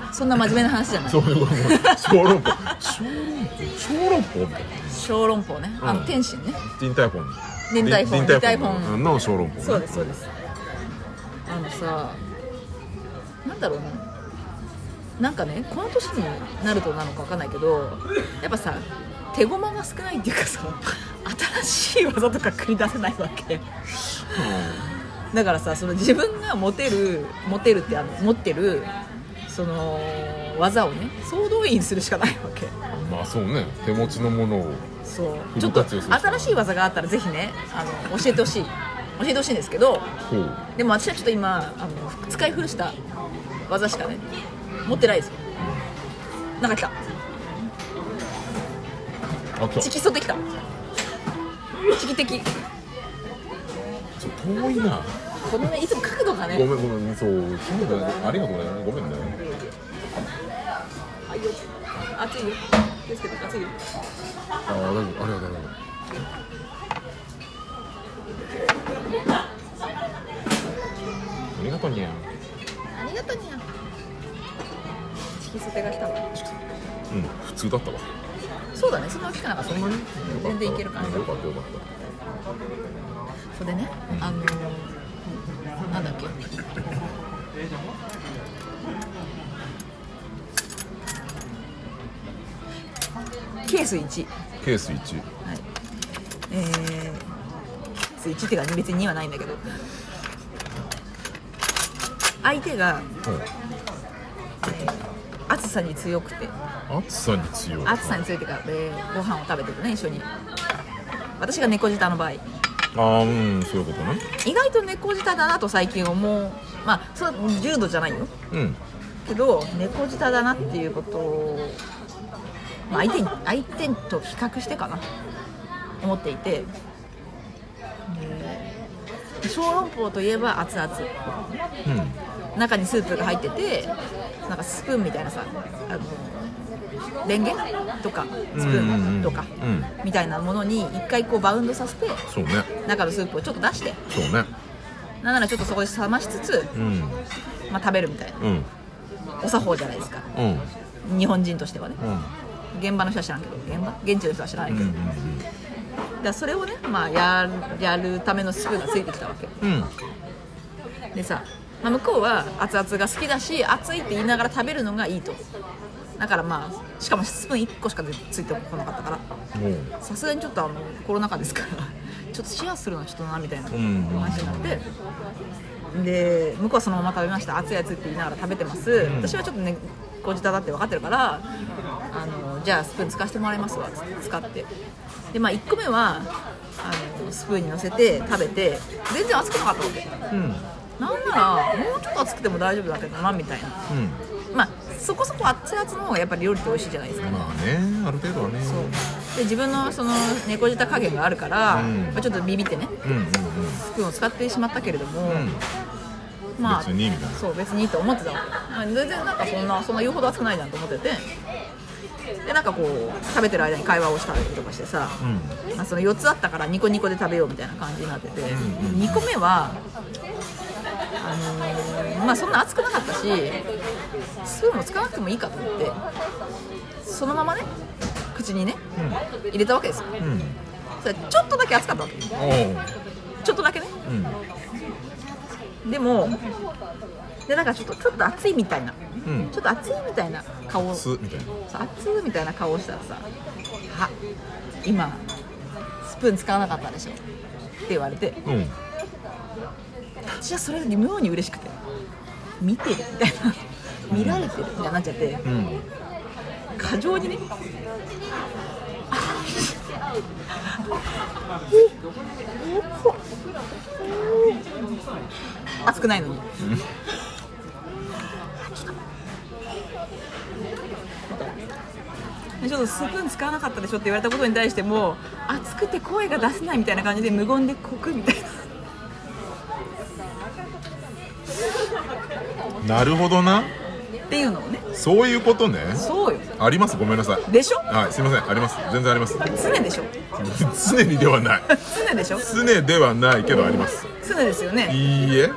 B: った
A: そんな真面目な話じゃない
B: そうごめんごめん小籠包小籠包小籠包みたいな
A: 小籠包ねあの
B: うん
A: 天津ね
B: 臨海本
A: 臨海本
B: 臨
A: 臨海
B: 海
A: 本
B: 本の小籠包ね
A: そうですそうですあのさなんだろうななんかねこの年になるとなのかわかんないけどやっぱさ手駒が少ないっていうかさ新しい技とか繰り出せないわけだからさその自分が持てる持てるってあの持ってるその技をね総動員するしかないわけ
B: うんまあそうね手持ちのものを
A: そう
B: フ
A: ちょっ
B: ル
A: と
B: 活用する
A: 新しい技があったらぜひねあの教えてほしい教えてほしいんですけど
B: こう
A: でも私はちょっと今あの使い古した技しかね持ってないですよなんか来た
B: あと
A: チキソテきたチキ的
B: 遠いな
A: このねいつも角度が
B: ご
A: ね
B: めんごめんそうそうだねありがとうねごめんね
A: あいいよ熱いよ気をつけて熱いよ
B: ああ大丈夫ありがとうありがとうありがとうにゃん
C: ありがとうにゃん
A: チキソテが来たわ
B: うん普通だったわ
A: そうだねそんな大きくなかったね全然いけるから
B: うんよかったよかっ
A: それでねあのなんだっけケース1
B: たケース一
A: はいえース1っていうか別に2はないんだけど相手が暑さに強くて
B: うん暑さに強い
A: 暑さに強いっていうかでご飯を食べてるね一緒に私が猫舌の場合
B: ああうんそういうことね
A: 意外と猫舌だなと最近思うまあそれは重度じゃないよ
B: うん
A: けど猫舌だなっていうことを、まあ、相手に相手と比較してかな思っていてで小籠包といえば熱々
B: うん
A: 中にスープが入っててなんかスプーンみたいなさあのレンゲとかスプーンとか
B: うんうんうん
A: みたいなものに一回こうバウンドさせて
B: そうね
A: 中のスープをちょっと出して
B: そうね
A: なんならちょっとそこで冷ましつつ、
B: うん
A: まあ、食べるみたいな
B: うん
A: お作法じゃないですか
B: うん
A: 日本人としてはね
B: うん
A: 現場の人は知らんけど現場現地の人は知らないけど、だからそれをね、まあ、やるやるためのスプーンがついてきたわけ
B: うんうん
A: でさ、まあ、向こうは熱々が好きだし熱いって言いながら食べるのがいいとだからまあしかもスプーン1個しかついてこなかったから
B: もう
A: さすがにちょっとあのコロナ禍ですから ちょっとシェアするのはちょっとなみたいな話
B: ん
A: になって、で向こうはそのまま食べました熱い熱いって言いながら食べてます、私はちょっとねご自宅だって分かってるからあのじゃあスプーン使わせてもらいますわつって使ってでまあ1個目はあのスプーンに乗せて食べて全然熱くなかったわけ
B: うん
A: なんならもうちょっと熱くても大丈夫だけどなみたいなまあそこそこ熱々の方がやっぱり料理って美味しいじゃないです
B: う
A: か
B: んまあねある程度はね
A: そうで自分のその猫舌加減があるから、
B: うん
A: まあ、ちょっとビビってね
B: うんうん
A: スプーンを使ってしまったけれども、
B: うんうん
A: まあ
B: 別にみたいな
A: そう別にいいと思ってたわけ、まあ全然なんかそんなそんな言うほど熱くないじゃんと思っててでなんかこう食べてる間に会話をしたりとかしてさ、
B: うん
A: まあ、その4つあったからニコニコで食べようみたいな感じになってて、
B: ん
A: 2個目はあのーまあ、そんな熱くなかったしスプーンも使わなくてもいいかと思ってそのままね口にね入れたわけですよ
B: うんうん
A: それちょっとだけ熱かったわけち
B: おう
A: ょっとだけね
B: うん
A: でもでなんかちょっとちょっと熱いみたいな
B: うん
A: ちょっと熱いみたいな顔を
B: すみたいな
A: さ熱いみたいな顔をしたらさ「は今スプーン使わなかったでしょ」って言われて
B: うん
A: 私はそれに妙に嬉しくて「見てる」みたいな「見られてる」みたいになっちゃって
B: うん
A: 過剰にね熱くないのにちょっとスプーン使わなかったでしょって言われたことに対しても熱くて声が出せないみたいな感じで無言でこくみたいな
B: なるほどな
A: っていうのをね
B: そういうことね
A: そうよ
B: ありますごめんなさい
A: でしょ
B: はいすみませんあります全然あります
A: 常でしょ
B: 常にではない
A: 常でしょ
B: 常ではないけどあります
A: 常ですよね
B: いいえ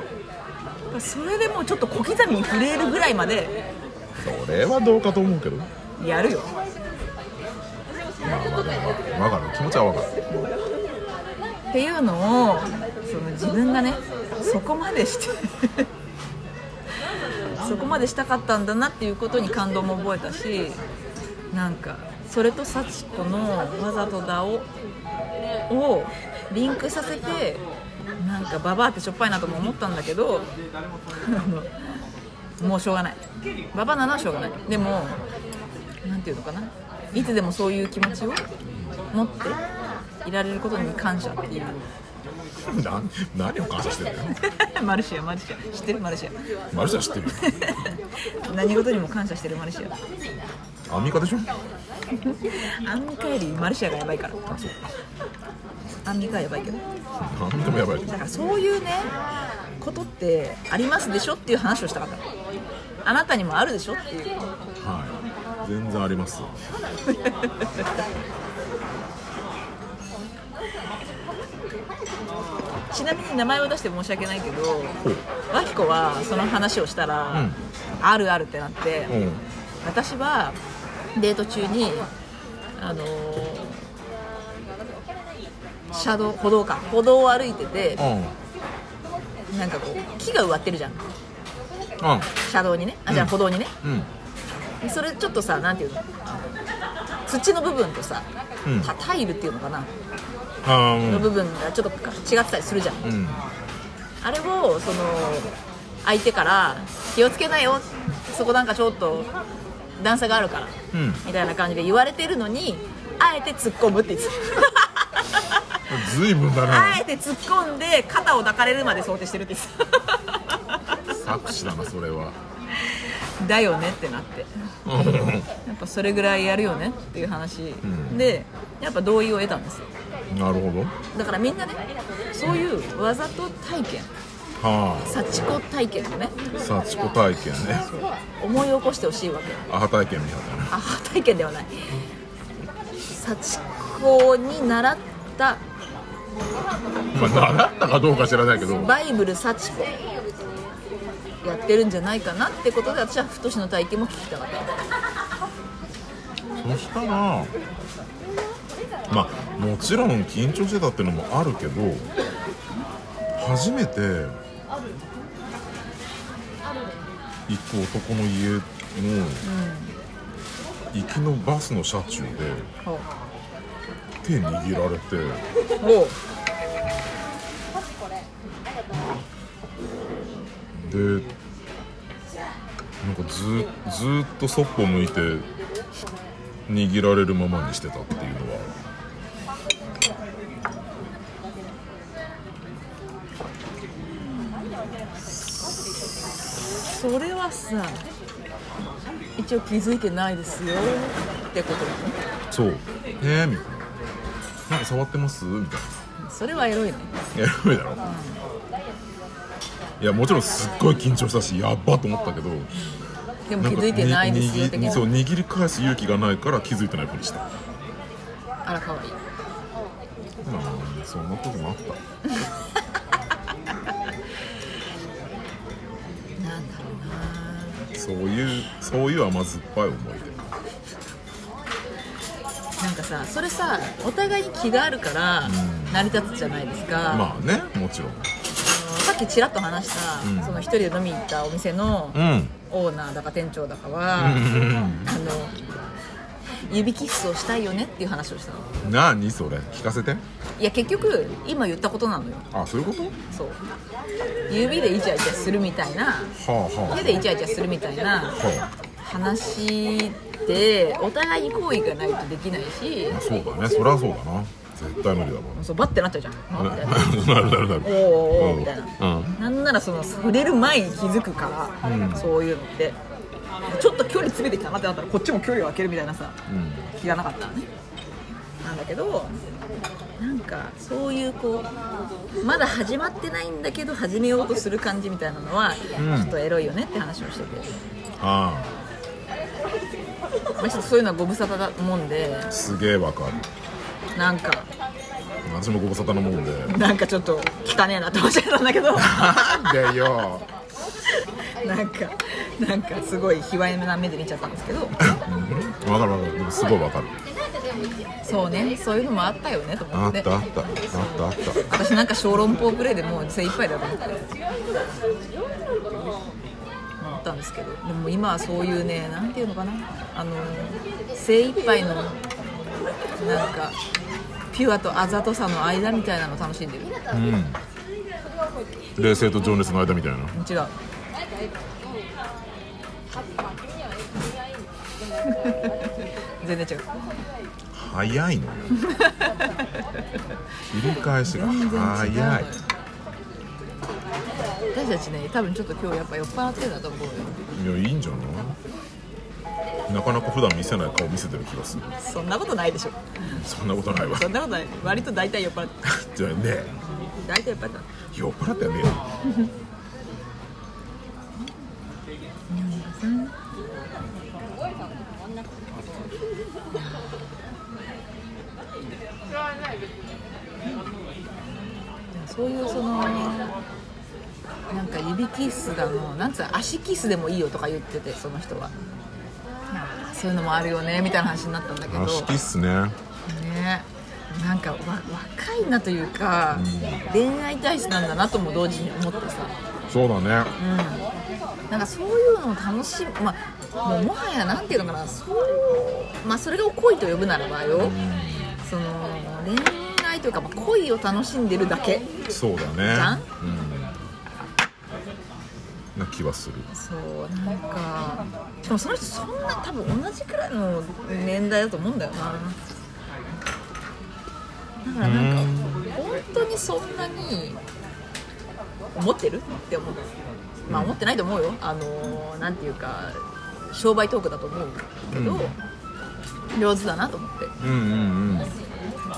A: それでもうちょっと小刻みに震えるぐらいまで
B: それはどうかと思うけどま
A: やるよ
B: あまあまあまあわかる気持ちはわかる
A: っていうのをその自分がねそこまでして そこまでしたかったんだなっていうことに感動も覚えたしなんかそれと幸子の「わざとだを」をリンクさせてなんかババアってしょっぱいなとも思ったんだけど あのもうしょうがないババアなのはしょうがないでもなんていうのかないつでもそういう気持ちを持っていられることに感謝っていう
B: な何を感謝してるのよ
A: マルシアマルシア知ってるマルシア
B: マルシャ知ってるよ
A: 何事にも感謝してるマルシア
B: アンミカでしょ
A: アンミカよりマルシアがやばいから
B: あそう
A: アンミカはやばいけど
B: なんでもやばいけど
A: だからそういうねことってありますでしょっていう話をしたかったあなたにもあるでしょっていう
B: はい全然あります
A: ちなみに名前を出して申し訳ないけど
B: ほう
A: 和彦はその話をしたら、
B: うん
A: あるあるってなって、
B: うん
A: 私はデート中にあのー車道歩道か歩道を歩いてて
B: うん
A: なんかこう木が植わってるじゃん
B: うん
A: 車道にねあじゃあ
B: うん
A: 歩道にね、
B: うん
A: でそれちょっとさなんていうのあの土の部分とさ
B: うん
A: タタイルっていうのかな
B: あー
A: の部分がちょっと違ってたりするじゃん
B: うんうん
A: あれをその相手から「気をつけなよ」そこなんかちょっと段差があるから
B: うん
A: みたいな感じで言われてるのにあえて突っ込むって言ってた
B: ずいぶんだ
A: あえ
B: な
A: て突っ込んで肩を抱かれるまで想定してるって言ってた
B: 作詞だなそれは
A: だよねってなって
B: う
A: やっぱそれぐらいやるよねっていう話、
B: ん
A: でやっぱ同意を得たんですよ
B: んなるほど
A: だからみんなねそういうわざと体験
B: は
A: 幸子体験をね
B: あさあ自己体験ね
A: 思い起こしてほしいわけ
B: アハ体験みたいだな
A: アハ体験ではない幸子に習った
B: まあ習ったかどうか知らないけど
A: バイブル幸子やってるんじゃないかなってことで私は太の体験も聞きたかった
B: そしたらまあもちろん緊張してたっていうのもあるけど初めて行く男の家の行きのバスの車中で
A: ほ
B: 手握られて
A: うほ
B: でなんかずずーっとそっぽ向いて握られるままにしてたっていうのは
A: うそれはさ一応気づいてないですよってことだね
B: そうえー、みたいななんか触ってますみたいな
A: それはエロいね
B: いややばいだろいやもちろんすっごい緊張したしやっばと思ったけど
A: でも気づいてないですよ
B: なんか
A: 的
B: に
A: な
B: 握そう握り返す勇気がないから気づいてないふりした
A: あらかわいい
B: うんそんなこともあった
A: なんだろうな
B: そういうそういう甘酸っぱい思い
A: なんかさそれさお互いに気があるから
B: ん
A: 成り立つじゃないですか、
B: 出まあねもちろん
A: さっきちらっと話した、
B: うん
A: その一人で飲みに行ったお店の
B: うん
A: オーナーだか店長だかは、あの指キスをしたいよねっていう話をしたの
B: 何それ聞かせて
A: いや結局今言ったことなのよ
B: あそういうこと
A: そう指でイチャイチャするみたいな
B: はあは
A: 手でイチャイチャするみたいな
B: あは
A: 話でお互いに好意がないとできないし
B: あそうだねそりゃそうだな絶対無理 だもん
A: そうバッてなっちゃうじゃんバッてなっちゃう
B: なるなるなる
A: おーおーおーみたい
B: うんうん
A: なんならその触れる前に気づくから、
B: うん
A: そういうのってちょっと距離詰めてきたなってなったらこっちも距離を空けるみたいなさ
B: うん
A: 気がなかったのねなんだけどなんかそういうこうまだ始まってないんだけど始めようとする感じみたいなのは、
B: うん
A: ちょっとエロいよねって話をしてて、
B: あ
A: まあ、ちょっとそういうのはご無沙汰だもんで
B: あすげえわかる
A: なんか
B: 私もご無沙汰なもんで
A: なんかちょっと汚ねえなって思っちゃったんだけ ど
B: なんでよ
A: なんかなんかすごい卑猥な目で見ちゃったんですけど
B: うんわかるわかるでもすごいわかる
A: そうねそういうのもあったよねと思
B: あ
A: っ
B: ってたあったあったあった
A: 私なんか小籠包プレーでもう精一杯だと思って思ったんですけどでも今はそういうねなんていうのかなあの精一杯のなんかピュアとあざとさの間みたいなの楽しんでる
B: うん冷静と情熱の間みたいな
A: 違 う全然違う
B: 早いのよ入れ返しが
A: 全然違うのよ
B: 早い
A: 私たちね多分ちょっと今日やっぱ酔っ払ってるんだと思うよ
B: いやいいんじゃないなかなか普段見せない顔見せてる気がする
A: そんなことないでしょ
B: そんなことないわ
A: そんなことない割と大体酔っ払って
B: じゃあね
A: 大体酔っ払って
B: 酔っ払ってやね
A: そういうそのなんか指キスだのなんつうの足キスでもいいよとか言っててその人はそういうのもあるよねみたいな話になったんだけど
B: えよしきっすね
A: ねなんかわ若いなというか、恋愛体質なんだなとも同時に思ってさ
B: そうだね
A: なんかそういうのを楽しむまあもうもはやなんていうのかなそうまあそれを恋と呼ぶならばよその恋愛というか、まあ、恋を楽しんでるだけ
B: そうだ
A: じ
B: ね
A: ゃん
B: うんな気はする
A: そうなんかしかもその人そんな多分同じくらいの年代だと思うんだよなだからなんか本当にそんなに思ってるって思うまあ思ってないと思うよあのーなんていうか商売トークだと思うけど、上手だなと思って
B: うんうんうん
A: 別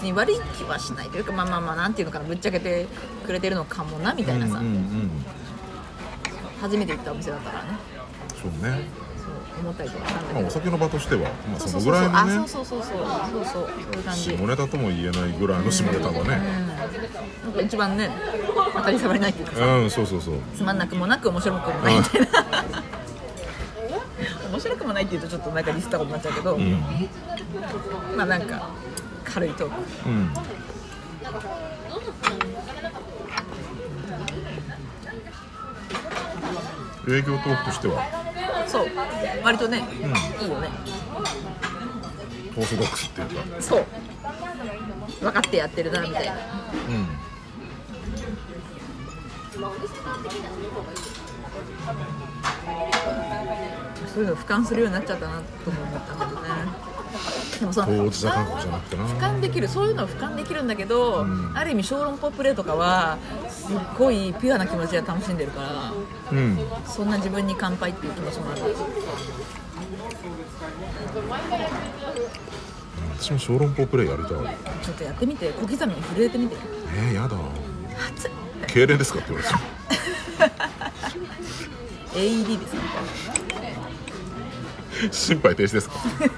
A: に悪い気はしないというかまあまあまあなんていうのかなぶっちゃけてくれてるのかもなみたいなさ、
B: うんうんうん
A: 初めて行ったお店だったからね
B: そうね、
A: そう思ったりとかしたんだけ
B: まあ、お
A: ど
B: 酒の場としては、まあ、
A: そう
B: そ
A: そうそ
B: のぐ
A: う
B: らい
A: そう
B: の
A: あ
B: ね
A: そうそうそうそうそうそうそういう感じ
B: 下ネタとも言えないぐらいの下ネタはね
A: なんか一番ね当たり障りないっていうか
B: うん、そうそうそう
A: つまんなくもなく面白くもないみたいな面白くもないっていうとちょっとなんかリスターになっちゃうけど、
B: うん
A: まあなんか軽いトーク
B: うん営業トークとしては
A: そう割とね、
B: う
A: いいよね
B: オーソドックスっていうか
A: そう分かってやってるなみたいな
B: う
A: そういうの俯瞰するようになっちゃったなとも思ったけどねでもそ
B: ん
A: の
B: 当事者感覚じゃなくてな
A: 俯瞰できるそういうのは俯瞰できるんだけど、
B: うん
A: ある意味小籠包プレーとかはすっごいピュアな気持ちで楽しんでるから
B: うん
A: そんな自分に乾杯っていう気持ちもある
B: 私も小籠包プレイやりたい
A: ちょっとやってみて小刻みに震えてみて
B: えー、やだ
A: 熱っ
B: 痙攣ですかって言われた
A: AED ですか
B: 心肺停止ですかなる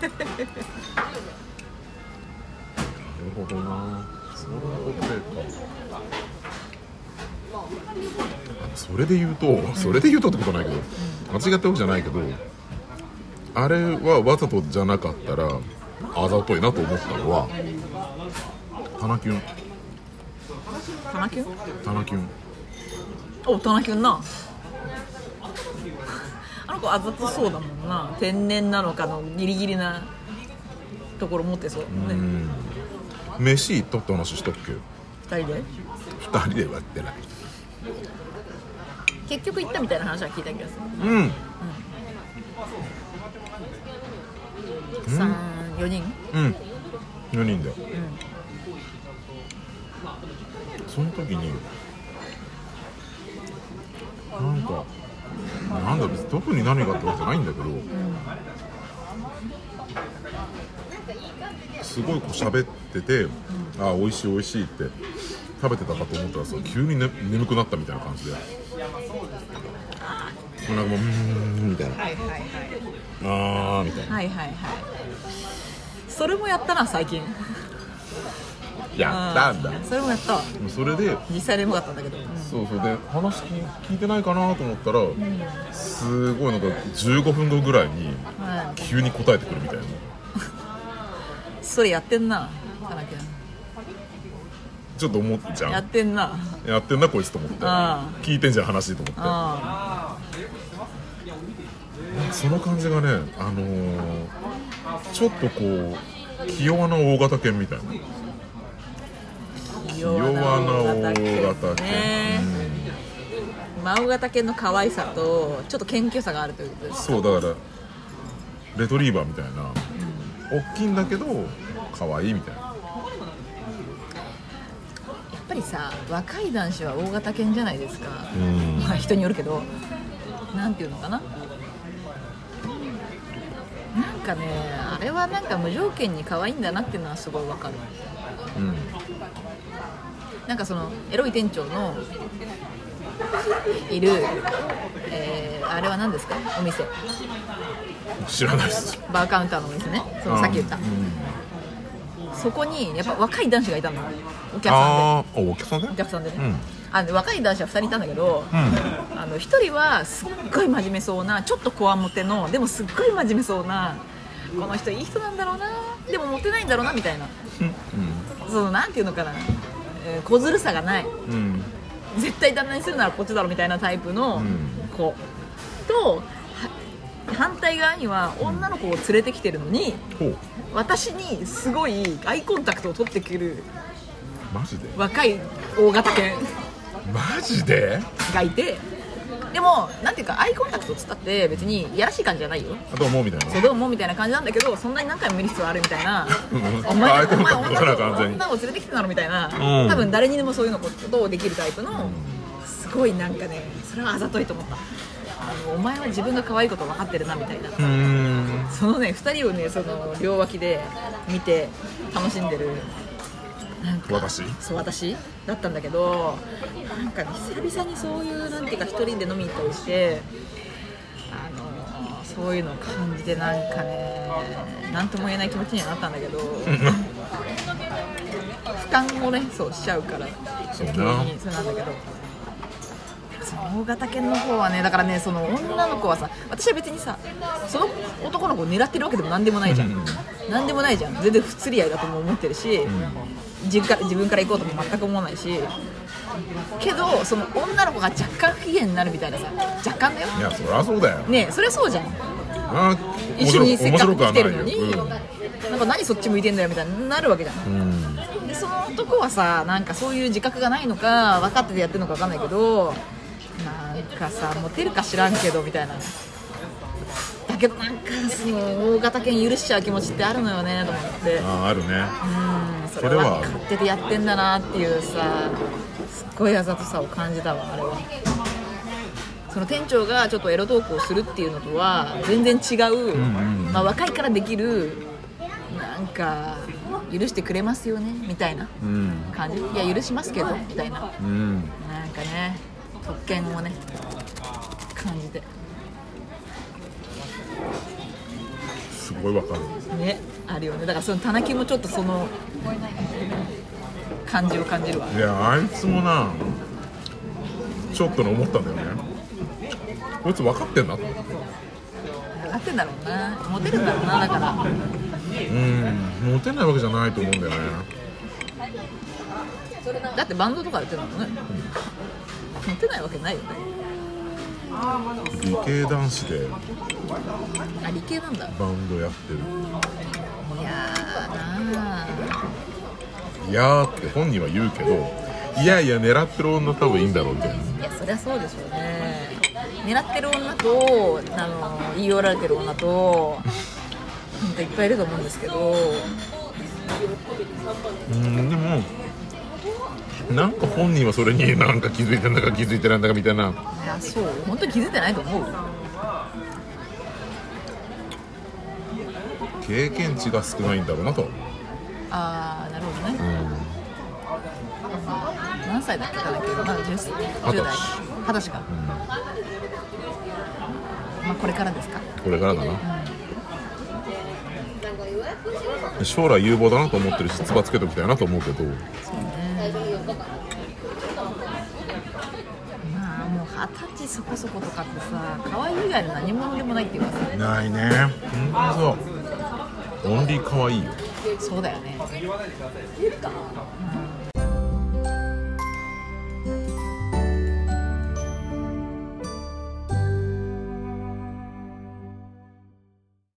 B: ほどな小籠包プレイかあそれで言うとそれで言うとってことはないけど間違ったわけじゃないけどあれはわざとじゃなかったらあざといなと思ったのは棚キュン
A: タナキュン
B: 棚キュン
A: おタナキュンな あの子あざとそうだもんな天然なのかのギリギリなところ持ってそうだもんね、
B: 飯行ったって話しとっけ
A: 2人で
B: 2人で割ってない
A: 結局行ったみたいな話は聞いた気がする
B: うん
A: 34人
B: うん4人だよ、その時になんかなんだ別に特に何があったわけじゃないんだけど、すごいこう喋ってて、ああ美味しい美味しいって食べてたかと思ったらさ急に、ね、眠くなったみたいな感じで。もうなんかもううーんみたいな、
A: はいはいはい
B: あーみたいな
A: はいはいはいそれもやったな最近
B: やったんだ
A: うんそれもやったわ
B: もうそれで
A: 実際でもよかったんだけど、
B: そうそうで話聞聞いてないかなと思ったら、すごいなんか15分後ぐらいに
A: は、
B: 急に答えてくるみたいない
A: それやってんなタナキュン
B: ちょっと思ってじゃん
A: や
B: や
A: ってんな
B: ってんなこいつと思って
A: あ
B: 聞いてんじゃん話と思って
A: あ
B: その感じがねあのーちょっとこう気弱な大型犬みたいな
A: あ
B: 気弱な大型犬
A: ね
B: うん
A: マウガタ犬の可愛さとちょっと謙虚さがあるということです
B: そうだからレトリーバーみたいな大きいんだけど可愛いみたいな
A: やっぱりさ若い男子は大型犬じゃないですか、
B: うん
A: まあ人によるけどなんていうのかななんかねあれはなんか無条件に可愛いんだなっていうのはすごいわかる
B: うん
A: なんかそのエロい店長のいる、えーあれは何ですかお店
B: 知らないです
A: バーカウンターのお店ねそのさっき言った、
B: うん
A: そこにやっぱ若い男子がいたのお客さんで
B: あーあお客さんね
A: お客さんでね、
B: うん
A: あの若い男子は2人いたんだけど、あの1人はすっごい真面目そうなちょっとこわもてのでもすっごい真面目そうなこの人いい人なんだろうなでもモテないんだろうなみたいなそのなんていうのかな、えー小ずるさがない
B: うんうん
A: 絶対旦那にするならこっちだろみたいなタイプの
B: うん
A: 子、とは反対側には女の子を連れてきてるのに
B: ほう
A: 私にすごいアイコンタクトを取ってくる
B: マジで
A: 若い大型犬
B: マジで
A: がいてでもなんていうかアイコンタクトつったって別にいやらしい感じじゃないよ
B: あどうもみたいな
A: そうどうもみたいな感じなんだけどそんなに何回も見る必要あるみたいな
B: うん
A: お前
B: アイコ
A: お
B: ン
A: 前
B: タクトだな完
A: 女
B: 全に
A: 女を連れてきてたのみたいな、
B: うん
A: 多分誰にでもそういうのことをできるタイプのすごいなんかねそれはあざといと思ったあのお前は自分が可愛いこと分かってるなみたいな
B: うーん
A: そのね2人をねその両脇で見て楽しんでるなんか
B: 私
A: そう私だったんだけどなんかね久々にそういうなんていうか一人で飲みに行ったりしてあのそういうのを感じてなんかねなんとも言えない気持ちにはなったんだけど俯瞰をねそうしちゃうから
B: そうな
A: 急にそうなんだけど。その大型犬の方はねだからねその女の子はさ私は別にさその男の子を狙ってるわけでも何でもないじゃん、
B: うん
A: なんでもないじゃん全然不釣り合いだとも思ってるし、自分から自分から行こうとも全く思わないしけどその女の子が若干不機嫌になるみたいなさ若干だよ
B: いやそりゃそうだよ
A: ねえそれはそうじゃん
B: あ面
A: 一緒
B: 白
A: に
B: く
A: せっか
B: 面白
A: く
B: くは
A: 来
B: な
A: て
B: いよ
A: るのに、なんか何そっち向いてんだよみたいになるわけじゃん
B: うんうん
A: でその男はさなんかそういう自覚がないのか分かっててやってるのか分かんないけどなんかさモテるか知らんけどみたいなだけどなんかその大型犬許しちゃう気持ちってあるのよねと思って
B: ああるね
A: うんそ
B: そ
A: れ
B: れは
A: は勝手でやってんだなっていうさすっごいあざとさを感じたわあれはその店長がちょっとエロトークをするっていうのとは全然違う、
B: んうん
A: まあ、若いからできるなんか許してくれますよねみたいな
B: うん
A: 感じいや許しますけどみたいな
B: うん
A: なんかね特権をね感じて
B: すごいわかる
A: ねあるよねだからその棚木もちょっとその感じを感じるわ
B: いやあいつもなちょっとね思ったんだよねこいつ分かってんなって
A: 合ってんだろうなモテるんだろうなだから
B: うんモテないわけじゃないと思うんだよね
A: だってバンドとかやってるのもんねモテないわけないよね
B: 理系男子で
A: あ理系なんだ
B: バンドやってる
A: いやーなあ
B: いやーって本人は言うけどいやいや狙ってる女多分いいんだろうみたいない
A: やそりゃそうでしょうね狙ってる女とあの言い寄られてる女となんかいっぱいいると思うんですけど
B: うんでもなんか本人はそれになんか気づいてんだか気づいてないんだかみたいない
A: やそう本当に気づいてないと思う
B: 経験値が少ないんだろうなとは思う
A: ああなるほどね
B: うん
A: 何歳だっけかだけどまだ 10, 10代
B: 二十
A: 20
B: 歳
A: 歳か、まあ、これからですか
B: これからだな将来有望だなと思ってるしつばつけておきたいなと思うけど
A: まあもう二十歳そこそことかってさ可愛い以外の何者でもないっていうかさ
B: ないねほんとそうオンリー可愛いよ
A: そうだよね